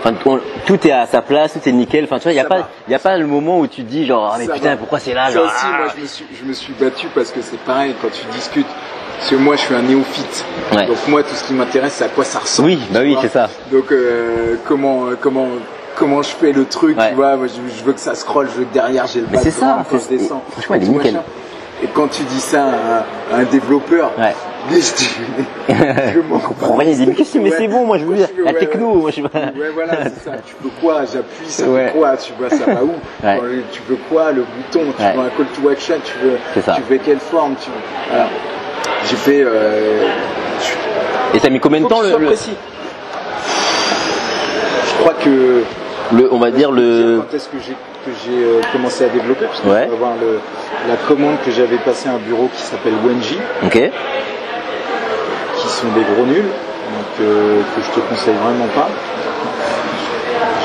Speaker 3: Enfin, on- tout est à sa place, tout est nickel. Enfin, tu vois, il n'y a,
Speaker 1: Ça
Speaker 3: pas-
Speaker 1: va.
Speaker 3: y a pas le moment où tu te dis, genre, ah, mais
Speaker 1: Ça
Speaker 3: putain,
Speaker 1: va.
Speaker 3: pourquoi c'est là,
Speaker 1: Ça
Speaker 3: genre,
Speaker 1: aussi,
Speaker 3: ah.
Speaker 1: moi, je me, suis, je me suis battu parce que c'est pareil quand tu discutes. Parce que moi, je suis un néophyte.
Speaker 3: Ouais.
Speaker 1: Donc, moi, tout ce qui m'intéresse, c'est à quoi ça ressemble.
Speaker 3: Oui,
Speaker 1: tu
Speaker 3: bah oui,
Speaker 1: vois.
Speaker 3: c'est ça.
Speaker 1: Donc, euh, comment, euh, comment, comment je fais le truc,
Speaker 3: Ouais.
Speaker 1: tu vois. Moi, je, je veux que ça scrolle, je veux que derrière, j'ai le
Speaker 3: Mais c'est ça,
Speaker 1: background quand je
Speaker 3: c'est-
Speaker 1: descends.
Speaker 3: et franchement, elle est
Speaker 1: Tout
Speaker 3: nickel.
Speaker 1: machin. Et quand tu dis ça à, un- à un développeur,
Speaker 3: Ouais.
Speaker 1: lui, je dis, mais je m'en
Speaker 3: Pour rien, il dit, mais qu'est-ce que- mais
Speaker 1: Ouais.
Speaker 3: c'est bon, moi, je veux
Speaker 1: Moi,
Speaker 3: dire,
Speaker 1: je veux,
Speaker 3: la
Speaker 1: ouais,
Speaker 3: techno, moi, je veux.
Speaker 1: Ouais, voilà, c'est ça. Tu peux quoi J'appuie, ça fait
Speaker 3: Ouais.
Speaker 1: quoi Tu vois, ça va où Dans le- Tu veux quoi Le bouton Tu
Speaker 3: Ouais.
Speaker 1: veux un call to action Tu veux,
Speaker 3: C'est ça.
Speaker 1: tu veux quelle forme tu... Voilà. J'ai fait. Euh...
Speaker 3: Et t'as mis combien de
Speaker 1: faut que
Speaker 3: temps
Speaker 1: ce
Speaker 3: le,
Speaker 1: soit
Speaker 3: le,
Speaker 1: précis. Je crois que.
Speaker 3: le- on va dire le,
Speaker 1: Quand est-ce que j'ai que j'ai euh, commencé à développer Parce que
Speaker 3: Ouais.
Speaker 1: je vais avoir le, la commande que j'avais passée à un bureau qui s'appelle Wenji,
Speaker 3: ok,
Speaker 1: qui sont des gros nuls, donc euh, que je te conseille vraiment pas.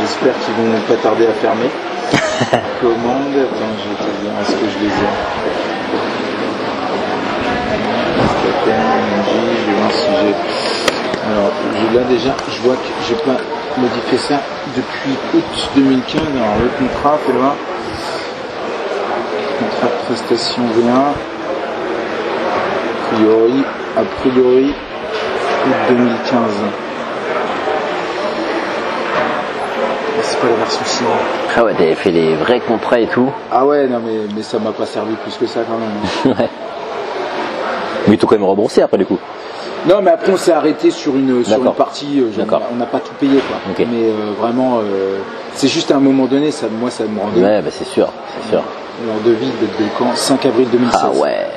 Speaker 1: J'espère qu'ils vont pas tarder à fermer. commande, attends, je vais te dire, est-ce que je les ai Wenji, je vais voir si j'ai. Alors, je- là déjà, je vois que j'ai pas modifié ça depuis août 2015. Alors, le contrat, fais voir. Contrat de prestation V1. A priori, a priori, août 2015. Mais C'est pas la version signée.
Speaker 3: ah ouais, t'avais fait les vrais contrats et tout,
Speaker 1: Ah ouais, non, mais, mais ça m'a pas servi plus que ça quand même.
Speaker 3: ouais. Mais ils t'ont quand même remboursé après du coup.
Speaker 1: Non, mais après on s'est arrêté sur une sur
Speaker 3: D'accord.
Speaker 1: une partie. euh, je-
Speaker 3: D'accord.
Speaker 1: on n'a pas tout payé quoi.
Speaker 3: Ok.
Speaker 1: Mais euh, vraiment, euh, c'est juste à un moment donné. Ça, moi, ça me rendait
Speaker 3: Ouais, bah c'est sûr, c'est sûr.
Speaker 1: leur devis de, de quand 5 avril 2016.
Speaker 3: Ah ouais.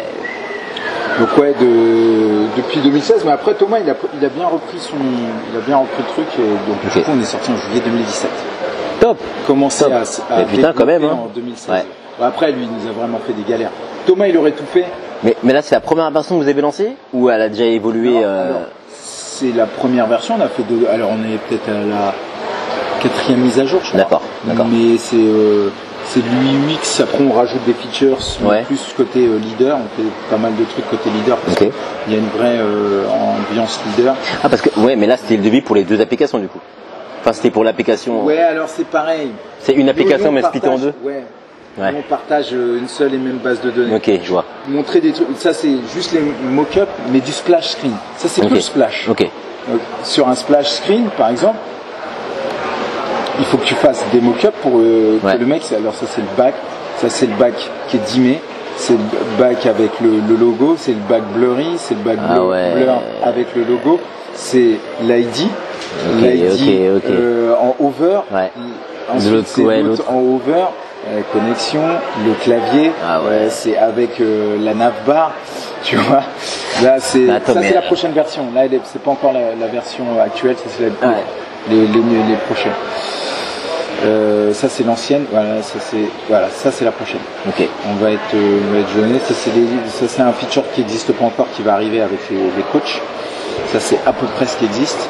Speaker 1: Donc ouais, de, depuis 2016. Mais après Thomas, il a, il a bien repris son, il a bien repris le truc. Et donc
Speaker 3: Ok.
Speaker 1: du coup, on est sorti en juillet 2017.
Speaker 3: Top.
Speaker 1: Commencé
Speaker 3: Top.
Speaker 1: à, à
Speaker 3: Mais putain, quand
Speaker 1: développer
Speaker 3: même, hein.
Speaker 1: en 2016.
Speaker 3: Ouais.
Speaker 1: Bon, Bah, Après, lui, il nous a vraiment fait des galères. Thomas, il aurait tout fait.
Speaker 3: Mais, mais là, c'est la première version que vous avez lancée ou elle a déjà évolué
Speaker 1: Non,
Speaker 3: euh,
Speaker 1: alors, C'est la première version, on a fait deux. Alors on est peut-être à la quatrième mise à jour, je crois.
Speaker 3: D'accord, d'accord.
Speaker 1: Mais c'est euh, c'est de l'UX, après on rajoute des features, mais
Speaker 3: Ouais.
Speaker 1: plus côté euh, leader, on fait pas mal de trucs côté leader parce
Speaker 3: Ok.
Speaker 1: qu'il y a une vraie euh, ambiance leader.
Speaker 3: Ah parce que ouais, mais là c'était le devis pour les deux applications du coup. Enfin, c'était pour l'application.
Speaker 1: Ouais, alors c'est pareil.
Speaker 3: C'est une application
Speaker 1: Nous, nous,
Speaker 3: mais
Speaker 1: on
Speaker 3: splittée en deux.
Speaker 1: partage- Ouais.
Speaker 3: Ouais.
Speaker 1: On partage euh, une seule et même base de données.
Speaker 3: Ok, je vois.
Speaker 1: Montrer des trucs, ça c'est juste les mock-ups, mais du splash screen. Ça c'est
Speaker 3: Ok.
Speaker 1: que le splash.
Speaker 3: Ok.
Speaker 1: Donc, Euh, sur un splash screen, par exemple, il faut que tu fasses des mock-ups pour euh,
Speaker 3: Ouais.
Speaker 1: que le mec. Alors ça c'est le bac, ça c'est le bac qui est dimé, c'est le bac avec le, le logo, c'est le bac blurry, c'est le bac
Speaker 3: Ah
Speaker 1: bleu-
Speaker 3: ouais.
Speaker 1: blur avec le logo, c'est l'ID, l'ID
Speaker 3: ok, ok.
Speaker 1: euh, en over,
Speaker 3: Ouais.
Speaker 1: ensuite
Speaker 3: l'autre,
Speaker 1: c'est
Speaker 3: ouais,
Speaker 1: l'autre en over. euh, connexion, le clavier,
Speaker 3: Ah ouais.
Speaker 1: euh, c'est avec euh, la navbar, tu vois. Là, c'est
Speaker 3: Mais attends,
Speaker 1: ça,
Speaker 3: mais-
Speaker 1: c'est la prochaine version. Là, elle est- c'est pas encore la, la version actuelle, ça c'est la-
Speaker 3: Ah Ouais.
Speaker 1: les, les, les prochaines. Euh, ça c'est l'ancienne, voilà, ça c'est voilà, ça c'est la prochaine.
Speaker 3: Ok.
Speaker 1: On va être, euh, on va être jaune. Ça c'est des- ça, c'est un feature qui n'existe pas encore, qui va arriver avec les, les coachs. Ça c'est à peu près ce qui existe.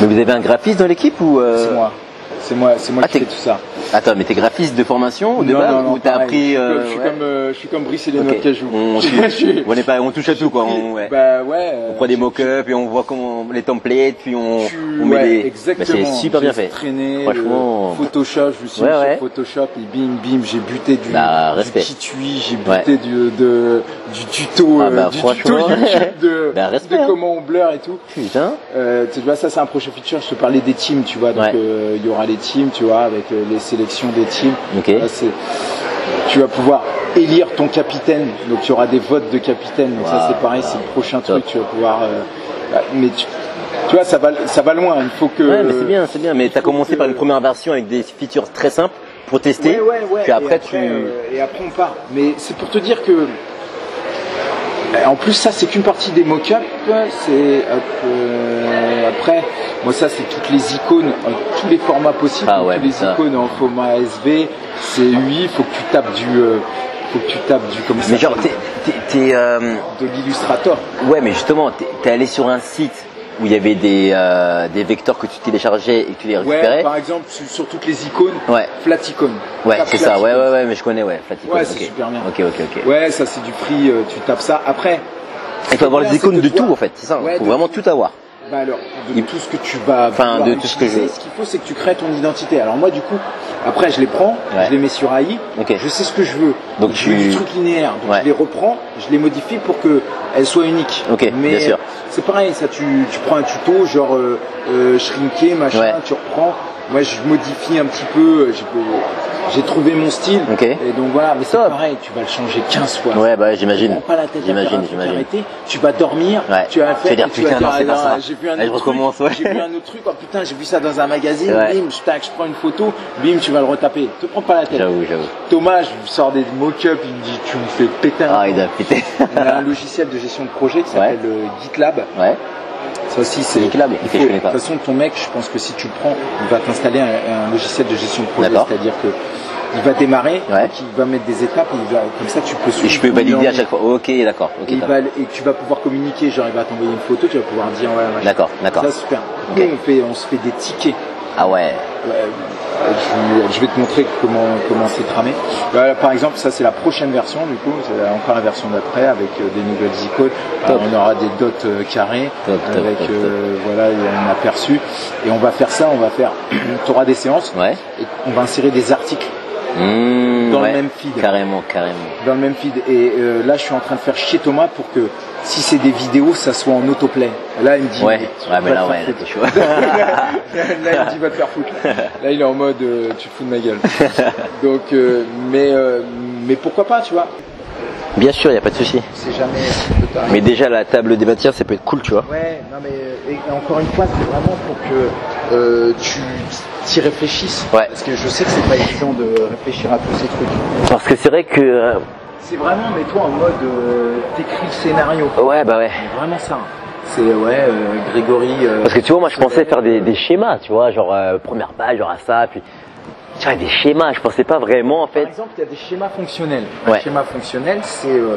Speaker 3: Mais vous avez un graphiste dans l'équipe ou euh,
Speaker 1: C'est moi, c'est moi, c'est moi
Speaker 3: Ah,
Speaker 1: qui
Speaker 3: t'es-
Speaker 1: fais tout ça.
Speaker 3: Attends, mais t'es graphiste de formation ou de base ou t'as
Speaker 1: pareil.
Speaker 3: appris euh,
Speaker 1: Je suis
Speaker 3: ouais.
Speaker 1: comme, euh, je suis comme Brice et les noix
Speaker 3: Ok.
Speaker 1: de cajou.
Speaker 3: On,
Speaker 1: Je suis-
Speaker 3: on est pas, on touche à tout quoi. On, ouais.
Speaker 1: Bah ouais. euh,
Speaker 3: on prend des mock-ups et on voit comment les templates, puis on,
Speaker 1: Tu-
Speaker 3: on met
Speaker 1: ouais,
Speaker 3: des.
Speaker 1: exactement.
Speaker 3: Bah, c'est super bien
Speaker 1: J'ai
Speaker 3: fait.
Speaker 1: traîné,
Speaker 3: Franchement.
Speaker 1: euh, Photoshop, je me suis
Speaker 3: Ouais,
Speaker 1: mis sur
Speaker 3: ouais.
Speaker 1: Photoshop et bim bim, j'ai buté du,
Speaker 3: Bah,
Speaker 1: du
Speaker 3: respect.
Speaker 1: kitui, j'ai buté
Speaker 3: Ouais.
Speaker 1: du, de- du tuto,
Speaker 3: Ah,
Speaker 1: euh,
Speaker 3: bah,
Speaker 1: du tuto
Speaker 3: franchement.
Speaker 1: YouTube de,
Speaker 3: Bah, respect,
Speaker 1: de
Speaker 3: hein.
Speaker 1: comment on blur et tout.
Speaker 3: Putain.
Speaker 1: Euh, tu vois, ça c'est un prochain feature. Je te parlais des teams, tu vois. Donc
Speaker 3: Ouais.
Speaker 1: euh, il y aura les teams, tu vois, avec euh, les sélections des teams.
Speaker 3: Ok.
Speaker 1: Là, c'est- tu vas pouvoir élire ton capitaine, donc il y aura des votes de capitaine. Donc ça
Speaker 3: Waouh.
Speaker 1: c'est pareil, c'est le prochain
Speaker 3: Top.
Speaker 1: truc. Tu vas pouvoir, euh, bah, mais tu, tu vois ça va, ça va loin. Il faut que.
Speaker 3: Ouais, mais c'est bien, c'est bien. Mais t'as
Speaker 1: faut
Speaker 3: commencé
Speaker 1: que-
Speaker 3: par une première version avec des features très simples pour
Speaker 1: Ouais,
Speaker 3: tester.
Speaker 1: ouais, ouais.
Speaker 3: Puis après,
Speaker 1: et
Speaker 3: tu.
Speaker 1: euh, et après on part. Mais c'est pour te dire que. euh, En plus, ça, c'est qu'une partie des mock-ups. C'est hop, euh, après, moi, ça, c'est toutes les icônes, euh, tous les formats possibles,
Speaker 3: Ah
Speaker 1: donc
Speaker 3: ouais,
Speaker 1: tous les
Speaker 3: ça.
Speaker 1: icônes en format SV, CUI. Faut que tu tapes du, euh, faut que tu tapes du comme ça.
Speaker 3: Mais genre, t'es, t'es, t'es, euh,
Speaker 1: de l'illustrator.
Speaker 3: ouais, mais justement, t'es, t'es allé sur un site où il y avait des, euh, des vecteurs que tu téléchargeais et que tu les
Speaker 1: Ouais,
Speaker 3: récupérais.
Speaker 1: par exemple, sur, sur toutes les icônes,
Speaker 3: Ouais.
Speaker 1: flat icône.
Speaker 3: Ouais,
Speaker 1: Tape
Speaker 3: c'est
Speaker 1: flat
Speaker 3: ça. Ouais,
Speaker 1: icône.
Speaker 3: ouais, ouais, mais je connais, ouais. Flaticon,
Speaker 1: Ouais, c'est
Speaker 3: ok.
Speaker 1: super bien.
Speaker 3: Ok, ok, ok.
Speaker 1: Ouais, ça, c'est du free, euh, tu tapes ça. Après,
Speaker 3: Il faut avoir les
Speaker 1: Bien, c'est
Speaker 3: icônes
Speaker 1: que
Speaker 3: de
Speaker 1: toi.
Speaker 3: tout en fait, c'est ça. hein.
Speaker 1: Ouais,
Speaker 3: faut
Speaker 1: de
Speaker 3: vraiment
Speaker 1: tout.
Speaker 3: tout avoir.
Speaker 1: bah alors, de tout ce que tu vas.
Speaker 3: Enfin,
Speaker 1: pouvoir
Speaker 3: de tout ce que
Speaker 1: utiliser,
Speaker 3: je-
Speaker 1: Ce qu'il faut, c'est que tu crées ton identité. Alors moi, du coup, après, je les prends,
Speaker 3: Ouais.
Speaker 1: je les mets sur AI,
Speaker 3: Ok.
Speaker 1: je sais ce que je veux.
Speaker 3: Donc
Speaker 1: je veux
Speaker 3: tu-
Speaker 1: du truc linéaire, donc
Speaker 3: Ouais.
Speaker 1: je les reprends, je les modifie pour que elles soient uniques.
Speaker 3: Ok,
Speaker 1: Mais
Speaker 3: bien sûr.
Speaker 1: C'est pareil, ça, tu, tu prends un tuto, genre euh, euh, shrinker, machin,
Speaker 3: Ouais.
Speaker 1: tu reprends. Moi, je modifie un petit peu. euh, j'ai- J'ai trouvé mon style.
Speaker 3: Ok.
Speaker 1: Et donc voilà, mais c'est pareil, tu vas le changer 15 fois.
Speaker 3: Ouais, bah
Speaker 1: Tu
Speaker 3: j'imagine.
Speaker 1: prends pas la tête à faire un
Speaker 3: J'imagine,
Speaker 1: truc
Speaker 3: j'imagine.
Speaker 1: arrêté, tu vas dormir,
Speaker 3: Ouais.
Speaker 1: tu vas le
Speaker 3: Tu vas
Speaker 1: faire,
Speaker 3: dire,
Speaker 1: et tu vas
Speaker 3: putain, non, c'est pas
Speaker 1: ah,
Speaker 3: ça.
Speaker 1: J'ai vu un
Speaker 3: Allez, je
Speaker 1: autre truc,
Speaker 3: recommence, ouais.
Speaker 1: j'ai vu un autre truc, oh putain, j'ai vu ça dans un magazine,
Speaker 3: Ouais.
Speaker 1: bim, je, tac, je prends une photo, bim, tu vas le retaper. Te prends pas la tête.
Speaker 3: J'avoue, j'avoue.
Speaker 1: Thomas, je lui sors des mock-ups, il me dit, tu me fais péter. un
Speaker 3: Ah,
Speaker 1: temps.
Speaker 3: il doit péter.
Speaker 1: On a un logiciel de gestion de projet qui s'appelle euh, GitLab.
Speaker 3: Ouais.
Speaker 1: Ça aussi, c'est.
Speaker 3: GitLab,
Speaker 1: il
Speaker 3: ok, je
Speaker 1: faut-
Speaker 3: connais pas.
Speaker 1: De toute façon, ton mec, je pense que si tu le prends, il va t'installer un, un logiciel de gestion de projet.
Speaker 3: D'accord.
Speaker 1: C'est-à-dire que il va démarrer,
Speaker 3: Ouais.
Speaker 1: donc il va mettre des étapes, et il va, comme ça, tu peux
Speaker 3: Et
Speaker 1: suivre
Speaker 3: je peux
Speaker 1: où il en
Speaker 3: valider à
Speaker 1: est.
Speaker 3: chaque fois. Ok, d'accord.
Speaker 1: Et,
Speaker 3: Ok,
Speaker 1: il
Speaker 3: top.
Speaker 1: va- et tu vas pouvoir communiquer, genre il va t'envoyer une photo, tu vas pouvoir dire ouais, machin.
Speaker 3: D'accord, d'accord.
Speaker 1: Ça super.
Speaker 3: Ok.
Speaker 1: Nous, on, fait, on se fait des tickets.
Speaker 3: Ah ouais.
Speaker 1: Ouais, euh, je, je vais te montrer comment comment c'est tramé. Là, là, par exemple, ça c'est la prochaine version du coup, c'est encore la version d'après avec euh, des nouvelles icônes. Alors, on aura des dots euh, carrés
Speaker 3: Top, top,
Speaker 1: avec
Speaker 3: top, top.
Speaker 1: euh, voilà un aperçu. Et on va faire ça, on va faire, tu auras des séances
Speaker 3: Ouais.
Speaker 1: et on va insérer des articles
Speaker 3: Mmh,
Speaker 1: dans
Speaker 3: ouais.
Speaker 1: le même feed
Speaker 3: Carrément, carrément.
Speaker 1: dans le même feed. Et euh, là, je suis en train de faire chier Thomas pour que si c'est des vidéos, ça soit en autoplay. Là, il me dit.
Speaker 3: Ouais,
Speaker 1: tu
Speaker 3: ouais, mais
Speaker 1: vas
Speaker 3: là,
Speaker 1: te
Speaker 3: ouais,
Speaker 1: faire
Speaker 3: là, t'es chaud.
Speaker 1: foutre. là, il me dit, va te faire foutre. Là, il est en mode, euh, tu te fous de ma gueule. Donc, euh, mais, euh, mais pourquoi pas, tu vois
Speaker 3: Bien sûr, y a pas de souci.
Speaker 1: C'est jamais. euh, le temps.
Speaker 3: Mais déjà, la table des matières, ça peut être cool, tu vois.
Speaker 1: Ouais, non, mais euh, et encore une fois, c'est vraiment pour que euh, tu t'y réfléchisses.
Speaker 3: Ouais.
Speaker 1: Parce que je sais que c'est pas évident de réfléchir à tous ces trucs.
Speaker 3: Parce que c'est vrai que. euh,
Speaker 1: C'est vraiment, mets-toi en mode, euh, t'écris le scénario.
Speaker 3: Ouais, bah ouais.
Speaker 1: Vraiment ça. hein. C'est ouais, euh, Grégory. euh,
Speaker 3: Parce que tu vois, moi, je pensais faire des, des schémas, tu vois, genre euh, première page, genre à ça, puis. Tu vois, des schémas, je pensais pas vraiment, en
Speaker 1: Par
Speaker 3: fait.
Speaker 1: exemple, il y a des schémas fonctionnels. Un
Speaker 3: Ouais.
Speaker 1: schéma fonctionnel, c'est euh,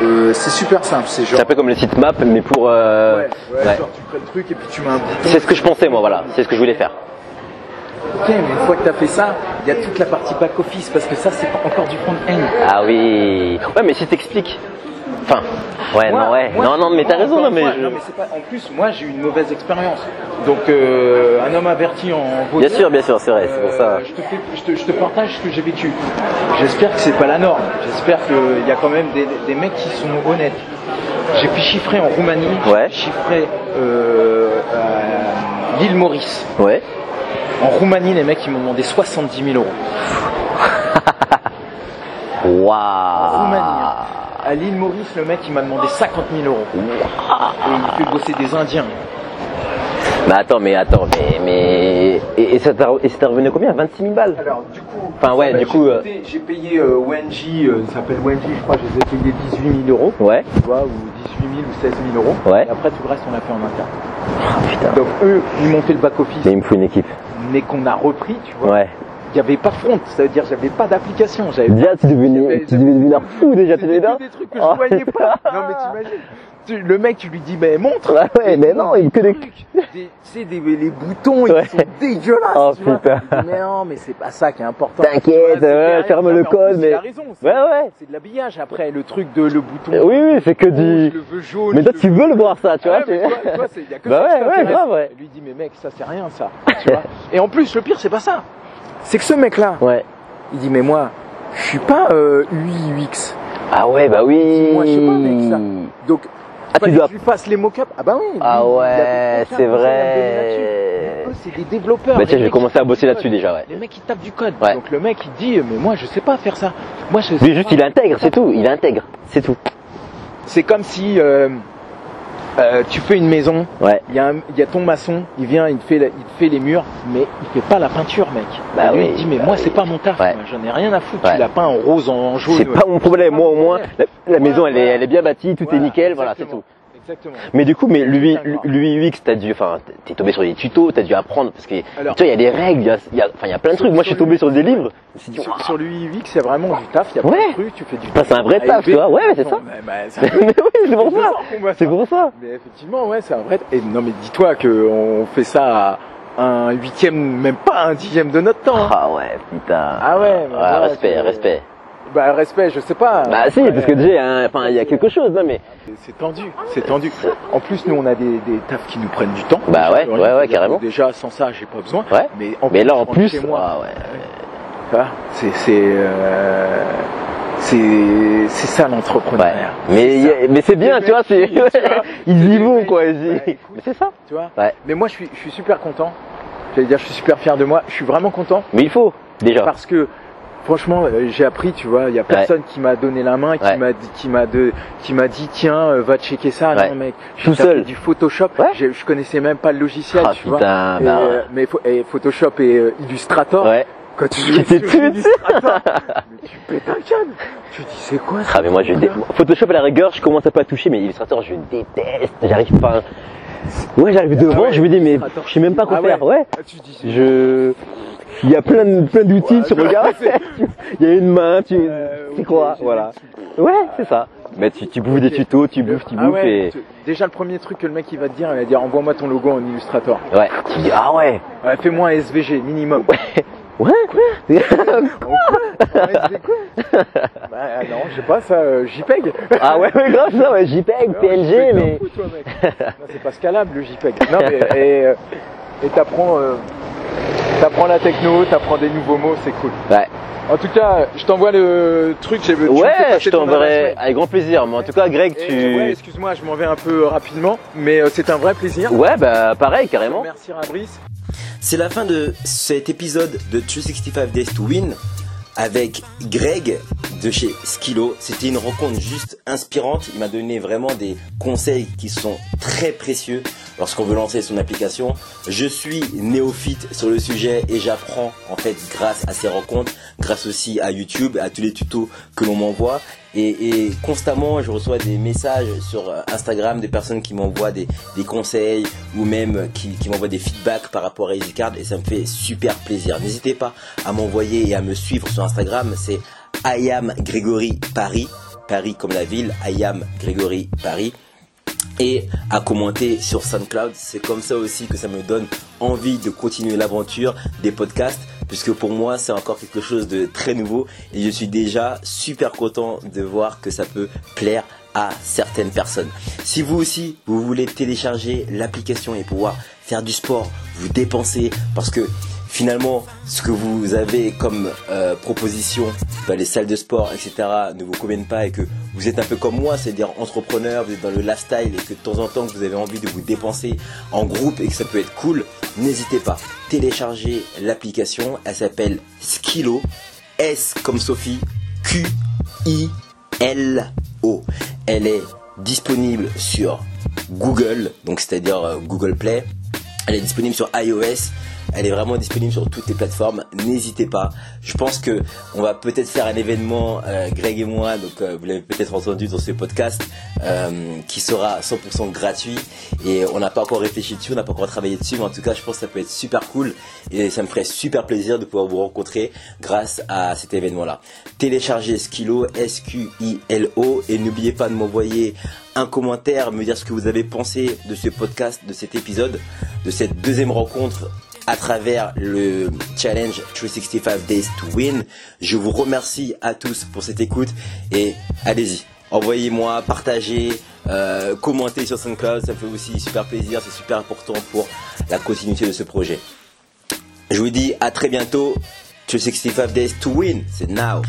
Speaker 1: euh, c'est super simple. C'est
Speaker 3: C'est
Speaker 1: genre,
Speaker 3: un peu comme le sitemap, mais pour. euh,
Speaker 1: ouais, ouais,
Speaker 3: ouais.
Speaker 1: genre tu prends le truc et puis tu mets un bouton.
Speaker 3: C'est ce que je pensais, moi, voilà. C'est ce que je voulais faire.
Speaker 1: Ok, mais une fois que tu as fait ça, il y a toute la partie back office parce que ça c'est pas encore du front-end.
Speaker 3: Ah oui. Ouais, mais si t'expliques. Enfin. Ouais,
Speaker 1: Moi-
Speaker 3: non, ouais.
Speaker 1: moi,
Speaker 3: non, non, mais t'as
Speaker 1: moi,
Speaker 3: raison,
Speaker 1: encore
Speaker 3: non,
Speaker 1: une
Speaker 3: mais.
Speaker 1: fois,
Speaker 3: je-
Speaker 1: non, mais c'est pas- En plus, moi j'ai eu une mauvaise expérience. Donc euh, un homme averti en
Speaker 3: Bien
Speaker 1: beauté,
Speaker 3: sûr, bien sûr, c'est vrai, c'est pour ça.
Speaker 1: Euh, Je te, fais- je te- je te partage ce que j'ai vécu. J'espère que c'est pas la norme. J'espère qu'il y a quand même des, des mecs qui sont honnêtes. J'ai pu chiffrer en Roumanie,
Speaker 3: Ouais.
Speaker 1: j'ai chiffré euh, à l'île Maurice.
Speaker 3: Ouais.
Speaker 1: En Roumanie, les mecs ils m'ont demandé 70 000 euros. Roumanie. hein.
Speaker 3: Waouh.
Speaker 1: À l'île Maurice, le mec il m'a demandé 50 000 euros. Et il fait bosser des Indiens.
Speaker 3: Mais Bah, attends, mais attends, mais. mais... Et, et ça t'a et ça t'a revenu combien 26 000 balles
Speaker 1: Alors du coup,
Speaker 3: Enfin, ouais,
Speaker 1: bah,
Speaker 3: du
Speaker 1: j'ai
Speaker 3: coup. euh,
Speaker 1: coûté- j'ai payé euh, Wenji, euh, il s'appelle Wenji, je crois, je les ai payés 18 000 euros.
Speaker 3: Ouais,
Speaker 1: tu vois, ou 18 000 ou 16 000 euros.
Speaker 3: Ouais.
Speaker 1: Et après, tout le reste, on l'a fait en interne.
Speaker 3: putain.
Speaker 1: Donc, eux, ils m'ont fait le back-office,
Speaker 3: Mais il me faut une équipe.
Speaker 1: mais qu'on a repris, tu vois.
Speaker 3: Ouais.
Speaker 1: Il n'y avait pas front, ça veut dire j'avais pas d'application. J'avais
Speaker 3: Déjà, tu
Speaker 1: J'avais-
Speaker 3: devais, tu devais devenir fou déjà, tu
Speaker 1: C'était
Speaker 3: devais
Speaker 1: que
Speaker 3: bien.
Speaker 1: des trucs que
Speaker 3: Ah.
Speaker 1: je voyais pas. Non, mais t'imagines. Tu- Le mec, tu lui dis, mais montre.
Speaker 3: Ouais, Ah ouais, mais non, il me que des.
Speaker 1: trucs. Des- Tu sais, des- les boutons, ils
Speaker 3: Ouais.
Speaker 1: sont dégueulasses.
Speaker 3: Oh,
Speaker 1: tu vois.
Speaker 3: putain.
Speaker 1: Il dit, Mais non, mais c'est pas ça qui est important.
Speaker 3: T'inquiète,
Speaker 1: Voilà,
Speaker 3: ouais,
Speaker 1: c'est
Speaker 3: ferme
Speaker 1: carré.
Speaker 3: le
Speaker 1: Non, en plus,
Speaker 3: code, mais-
Speaker 1: Il a raison. c'est-
Speaker 3: Ouais, ouais.
Speaker 1: C'est de l'habillage après, le truc de le bouton.
Speaker 3: Oui, oui, c'est que
Speaker 1: rouge,
Speaker 3: du.
Speaker 1: le veux jaune.
Speaker 3: Mais toi,
Speaker 1: le
Speaker 3: tu veux le voir ça, tu
Speaker 1: Ah
Speaker 3: vois.
Speaker 1: ouais, mais
Speaker 3: tu-
Speaker 1: toi- toi, c'est- y a que
Speaker 3: Bah
Speaker 1: ça qui
Speaker 3: ouais, ouais,
Speaker 1: t'intéresse.
Speaker 3: grave, ouais.
Speaker 1: Elle lui dit, mais mec, ça c'est rien ça. tu vois Et en plus, le pire, c'est pas ça. C'est que ce mec-là,
Speaker 3: Ouais.
Speaker 1: il dit, mais moi, je suis pas euh, UI, UX.
Speaker 3: Ah ouais, bah oui.
Speaker 1: Moi, je sais pas, mec, ça. Donc,
Speaker 3: Ah,
Speaker 1: fallait
Speaker 3: tu
Speaker 1: que
Speaker 3: dois.
Speaker 1: je lui fasse les mock-ups. Ah bah oui.
Speaker 3: Ah
Speaker 1: lui, il avait
Speaker 3: ouais,
Speaker 1: aucun conseil
Speaker 3: c'est
Speaker 1: à me donner
Speaker 3: vrai.
Speaker 1: là-dessus. Eux, c'est des développeurs.
Speaker 3: Bah tiens,
Speaker 1: les
Speaker 3: je vais
Speaker 1: mecs,
Speaker 3: commencer à
Speaker 1: ils
Speaker 3: bosser
Speaker 1: tapent du
Speaker 3: là-dessus
Speaker 1: code.
Speaker 3: déjà, ouais.
Speaker 1: Les mecs, ils tapent du code.
Speaker 3: Ouais.
Speaker 1: Donc le mec, il dit, mais moi, je sais pas faire ça. Moi, je sais
Speaker 3: Mais juste,
Speaker 1: pas.
Speaker 3: il intègre, c'est tout. Il intègre, c'est tout.
Speaker 1: C'est comme si euh, euh, tu fais une maison.
Speaker 3: Ouais.
Speaker 1: Il y, a un- il y a ton maçon, il vient, il te, fait la- il te fait les murs, mais il fait pas la peinture, mec.
Speaker 3: Bah
Speaker 1: Et lui,
Speaker 3: oui,
Speaker 1: il dit, mais
Speaker 3: bah
Speaker 1: moi,
Speaker 3: oui.
Speaker 1: c'est pas mon taf,
Speaker 3: Ouais.
Speaker 1: moi, j'en ai rien à foutre.
Speaker 3: Ouais.
Speaker 1: Tu l'as peint en rose, en, en jaune.
Speaker 3: C'est pas mon problème. Moi, au moins, la, la maison, elle est,
Speaker 1: voilà.
Speaker 3: elle est bien bâtie, tout est
Speaker 1: Voilà,
Speaker 3: nickel, voilà, c'est tout.
Speaker 1: exactement. Exactement.
Speaker 3: Mais du coup, mais lui,
Speaker 1: Totalement.
Speaker 3: lui UX, t'as dû, enfin, t'es tombé sur des tutos, t'as dû apprendre parce que,
Speaker 1: Alors-
Speaker 3: tu vois, il y a des règles, il y a, il y a- enfin, il y a plein de trucs. Moi, je suis tombé sur des livres. Je me suis dit,
Speaker 1: Sur,
Speaker 3: waouh.
Speaker 1: sur le UX, c'est vraiment du taf, il y a
Speaker 3: Ouais.
Speaker 1: plein de trucs, tu fais du
Speaker 3: Putain, c'est un vrai
Speaker 1: AUB.
Speaker 3: taf, tu vois. Ouais, mais c'est
Speaker 1: Non,
Speaker 3: ça.
Speaker 1: bah, bah, c'est un
Speaker 3: Mais
Speaker 1: peu
Speaker 3: oui, c'est pour ça.
Speaker 1: bizarre qu'on voit
Speaker 3: C'est
Speaker 1: ça.
Speaker 3: pour ça.
Speaker 1: Mais effectivement, ouais, c'est un vrai. Et non, mais dis-toi qu'on fait ça à un huitième, même pas un dixième de notre temps. hein.
Speaker 3: Ah ouais, putain.
Speaker 1: Ah ouais, mais
Speaker 3: Ouais,
Speaker 1: voilà,
Speaker 3: respect,
Speaker 1: c'est-
Speaker 3: respect.
Speaker 1: Bah, respect, je sais pas.
Speaker 5: Bah si, parce que déjà, il y a un- enfin, il y a quelque chose,
Speaker 3: hein,
Speaker 5: non mais.
Speaker 1: C'est tendu, c'est tendu. En plus, nous, on a des, des tafs qui nous prennent du temps.
Speaker 5: Bah ouais,
Speaker 1: Alors,
Speaker 5: ouais, ouais,
Speaker 1: c'est-à-dire que
Speaker 5: carrément.
Speaker 1: Déjà, sans ça, j'ai pas besoin.
Speaker 5: Ouais.
Speaker 1: Mais, en
Speaker 5: Mais là, en
Speaker 1: je rentre
Speaker 5: plus,
Speaker 1: chez moi,
Speaker 5: ah ouais.
Speaker 1: tu vois, c'est, c'est, euh, c'est, c'est ça
Speaker 5: Ouais.
Speaker 1: l'entrepreneuriat.
Speaker 5: Mais, il y a- mais c'est bien,
Speaker 1: Les
Speaker 5: tu vois, c'est,
Speaker 1: mecs, tu vois,
Speaker 5: ils y
Speaker 1: les
Speaker 5: vont,
Speaker 1: mecs,
Speaker 5: quoi. ils y-
Speaker 1: bah, écoute.
Speaker 5: Mais c'est ça.
Speaker 1: Tu vois.
Speaker 5: Ouais.
Speaker 1: Mais moi, je suis, je suis super content. J'allais dire, je suis super fier de moi. Je suis vraiment content
Speaker 5: Mais il faut, déjà.
Speaker 1: parce que. Franchement, euh, j'ai appris, tu vois, il y a personne qui m'a donné la main, qui
Speaker 5: Ouais.
Speaker 1: m'a dit, qui m'a de, qui m'a dit, tiens, euh, va checker ça,
Speaker 5: Ouais.
Speaker 1: non mec, j'ai
Speaker 5: Tout
Speaker 1: tapé
Speaker 5: seul.
Speaker 1: du Photoshop,
Speaker 5: Ouais.
Speaker 1: J'ai- je connaissais même pas le logiciel,
Speaker 5: Ah
Speaker 1: tu vois,
Speaker 5: putain,
Speaker 1: Et,
Speaker 5: bah
Speaker 1: euh, mais faut- et Photoshop et euh, Illustrator,
Speaker 5: ouais.
Speaker 1: quand tu
Speaker 5: Qui était
Speaker 1: jouais sur
Speaker 5: tout-
Speaker 1: Illustrator, mais tu pètes un câble. Tu dis c'est quoi ça
Speaker 5: Ah mais moi je dé- Photoshop à la rigueur je commence à pas toucher mais Illustrator je déteste, j'arrive pas. à- Ouais j'arrive devant,
Speaker 1: Ah ouais,
Speaker 5: je me dis mais
Speaker 1: Illustrator.
Speaker 5: je sais même pas quoi
Speaker 1: Ah
Speaker 5: faire, ouais.
Speaker 1: Ah, Tu dis
Speaker 5: Je il y a plein de plein d'outils, tu regardes, il y a une main, tu
Speaker 1: Euh,
Speaker 5: c'est
Speaker 1: ok,
Speaker 5: quoi
Speaker 1: j'ai
Speaker 5: voilà.
Speaker 1: des
Speaker 5: Ouais, c'est ça. Mais tu, tu bouffes des tutos, tu bouffes, tu
Speaker 1: Ah
Speaker 5: bouffes
Speaker 1: ouais,
Speaker 5: et
Speaker 1: tu- Déjà le premier truc que le mec il va te dire, il va dire envoie-moi ton logo en Illustrator.
Speaker 5: ouais, tu dis ah ouais.
Speaker 1: Ouais, Fais-moi un SVG minimum.
Speaker 5: Ouais, quoi
Speaker 1: Ouais, c'est quoi Bah non, je sais pas ça, euh, JPEG.
Speaker 5: Ah ouais, ouais, grave ça, ouais, JPEG,
Speaker 1: Ouais, hein.
Speaker 5: PNG,
Speaker 1: t'en
Speaker 5: mais
Speaker 1: fous, toi, mec. Non, c'est pas scalable le JPEG. Non mais et euh, et t'apprends euh, t'apprends la techno, t'apprends des nouveaux mots, c'est cool.
Speaker 5: Ouais.
Speaker 1: En tout cas, je t'envoie le truc. j'ai- tu me fais
Speaker 5: ouais,
Speaker 1: passer
Speaker 5: je
Speaker 1: ton adresse
Speaker 5: t'enverrai
Speaker 1: mail.
Speaker 5: avec grand plaisir. Mais en tout cas, Greg,
Speaker 1: Et, ouais,
Speaker 5: tu
Speaker 1: excuse-moi, je m'en vais un peu rapidement, mais euh, c'est un vrai plaisir.
Speaker 5: ouais, bah pareil, carrément.
Speaker 1: Merci Rabrice.
Speaker 3: C'est la fin de cet épisode de 265 Days to Win avec Greg de chez Skilo. C'était une rencontre juste inspirante. Il m'a donné vraiment des conseils qui sont très précieux lorsqu'on veut lancer son application. Je suis néophyte sur le sujet et j'apprends en fait grâce à ces rencontres, grâce aussi à YouTube, à tous les tutos que l'on m'envoie. Et, et constamment, je reçois des messages sur euh, Instagram des personnes qui m'envoient des, des conseils ou même euh, qui, qui m'envoient des feedbacks par rapport à EasyCard et ça me fait super plaisir. N'hésitez pas à m'envoyer et à me suivre sur Instagram. C'est I am Grégory Paris, Paris comme la ville, I am Grégory Paris et à commenter sur SoundCloud. C'est comme ça aussi que ça me donne envie de continuer l'aventure des podcasts, puisque pour moi c'est encore quelque chose de très nouveau et je suis déjà super content de voir que ça peut plaire à certaines personnes. Si vous aussi, vous voulez télécharger l'application et pouvoir faire du sport, vous dépenser, parce que finalement, ce que vous avez comme euh, proposition dans les salles de sport, etc., ne vous conviennent pas et que vous êtes un peu comme moi, c'est-à-dire entrepreneur, vous êtes dans le lifestyle et que de temps en temps vous avez envie de vous dépenser en groupe et que ça peut être cool, n'hésitez pas. Téléchargez l'application, elle s'appelle Skilo, S comme Sophie, Q, I, L, O. Elle est disponible sur Google, donc c'est-à-dire euh, Google Play, elle est disponible sur iOS. Elle est vraiment disponible sur toutes les plateformes. N'hésitez pas. Je pense que on va peut-être faire un événement, euh, Greg et moi. Donc euh, vous l'avez peut-être entendu dans ce podcast, euh, qui sera 100% gratuit. Et on n'a pas encore réfléchi dessus, on n'a pas encore travaillé dessus, mais en tout cas, je pense que ça peut être super cool. Et ça me ferait super plaisir de pouvoir vous rencontrer grâce à cet événement-là. Téléchargez Skilo, S-Q-I-L-O, et n'oubliez pas de m'envoyer un commentaire, me dire ce que vous avez pensé de ce podcast, de cet épisode, de cette deuxième rencontre à travers le challenge 365 Days to Win. Je vous remercie à tous pour cette écoute et allez-y. Envoyez-moi, partagez, euh, commentez sur SoundCloud, ça me fait aussi super plaisir, c'est super important pour la continuité de ce projet. Je vous dis à très bientôt. 365 Days to Win, c'est now.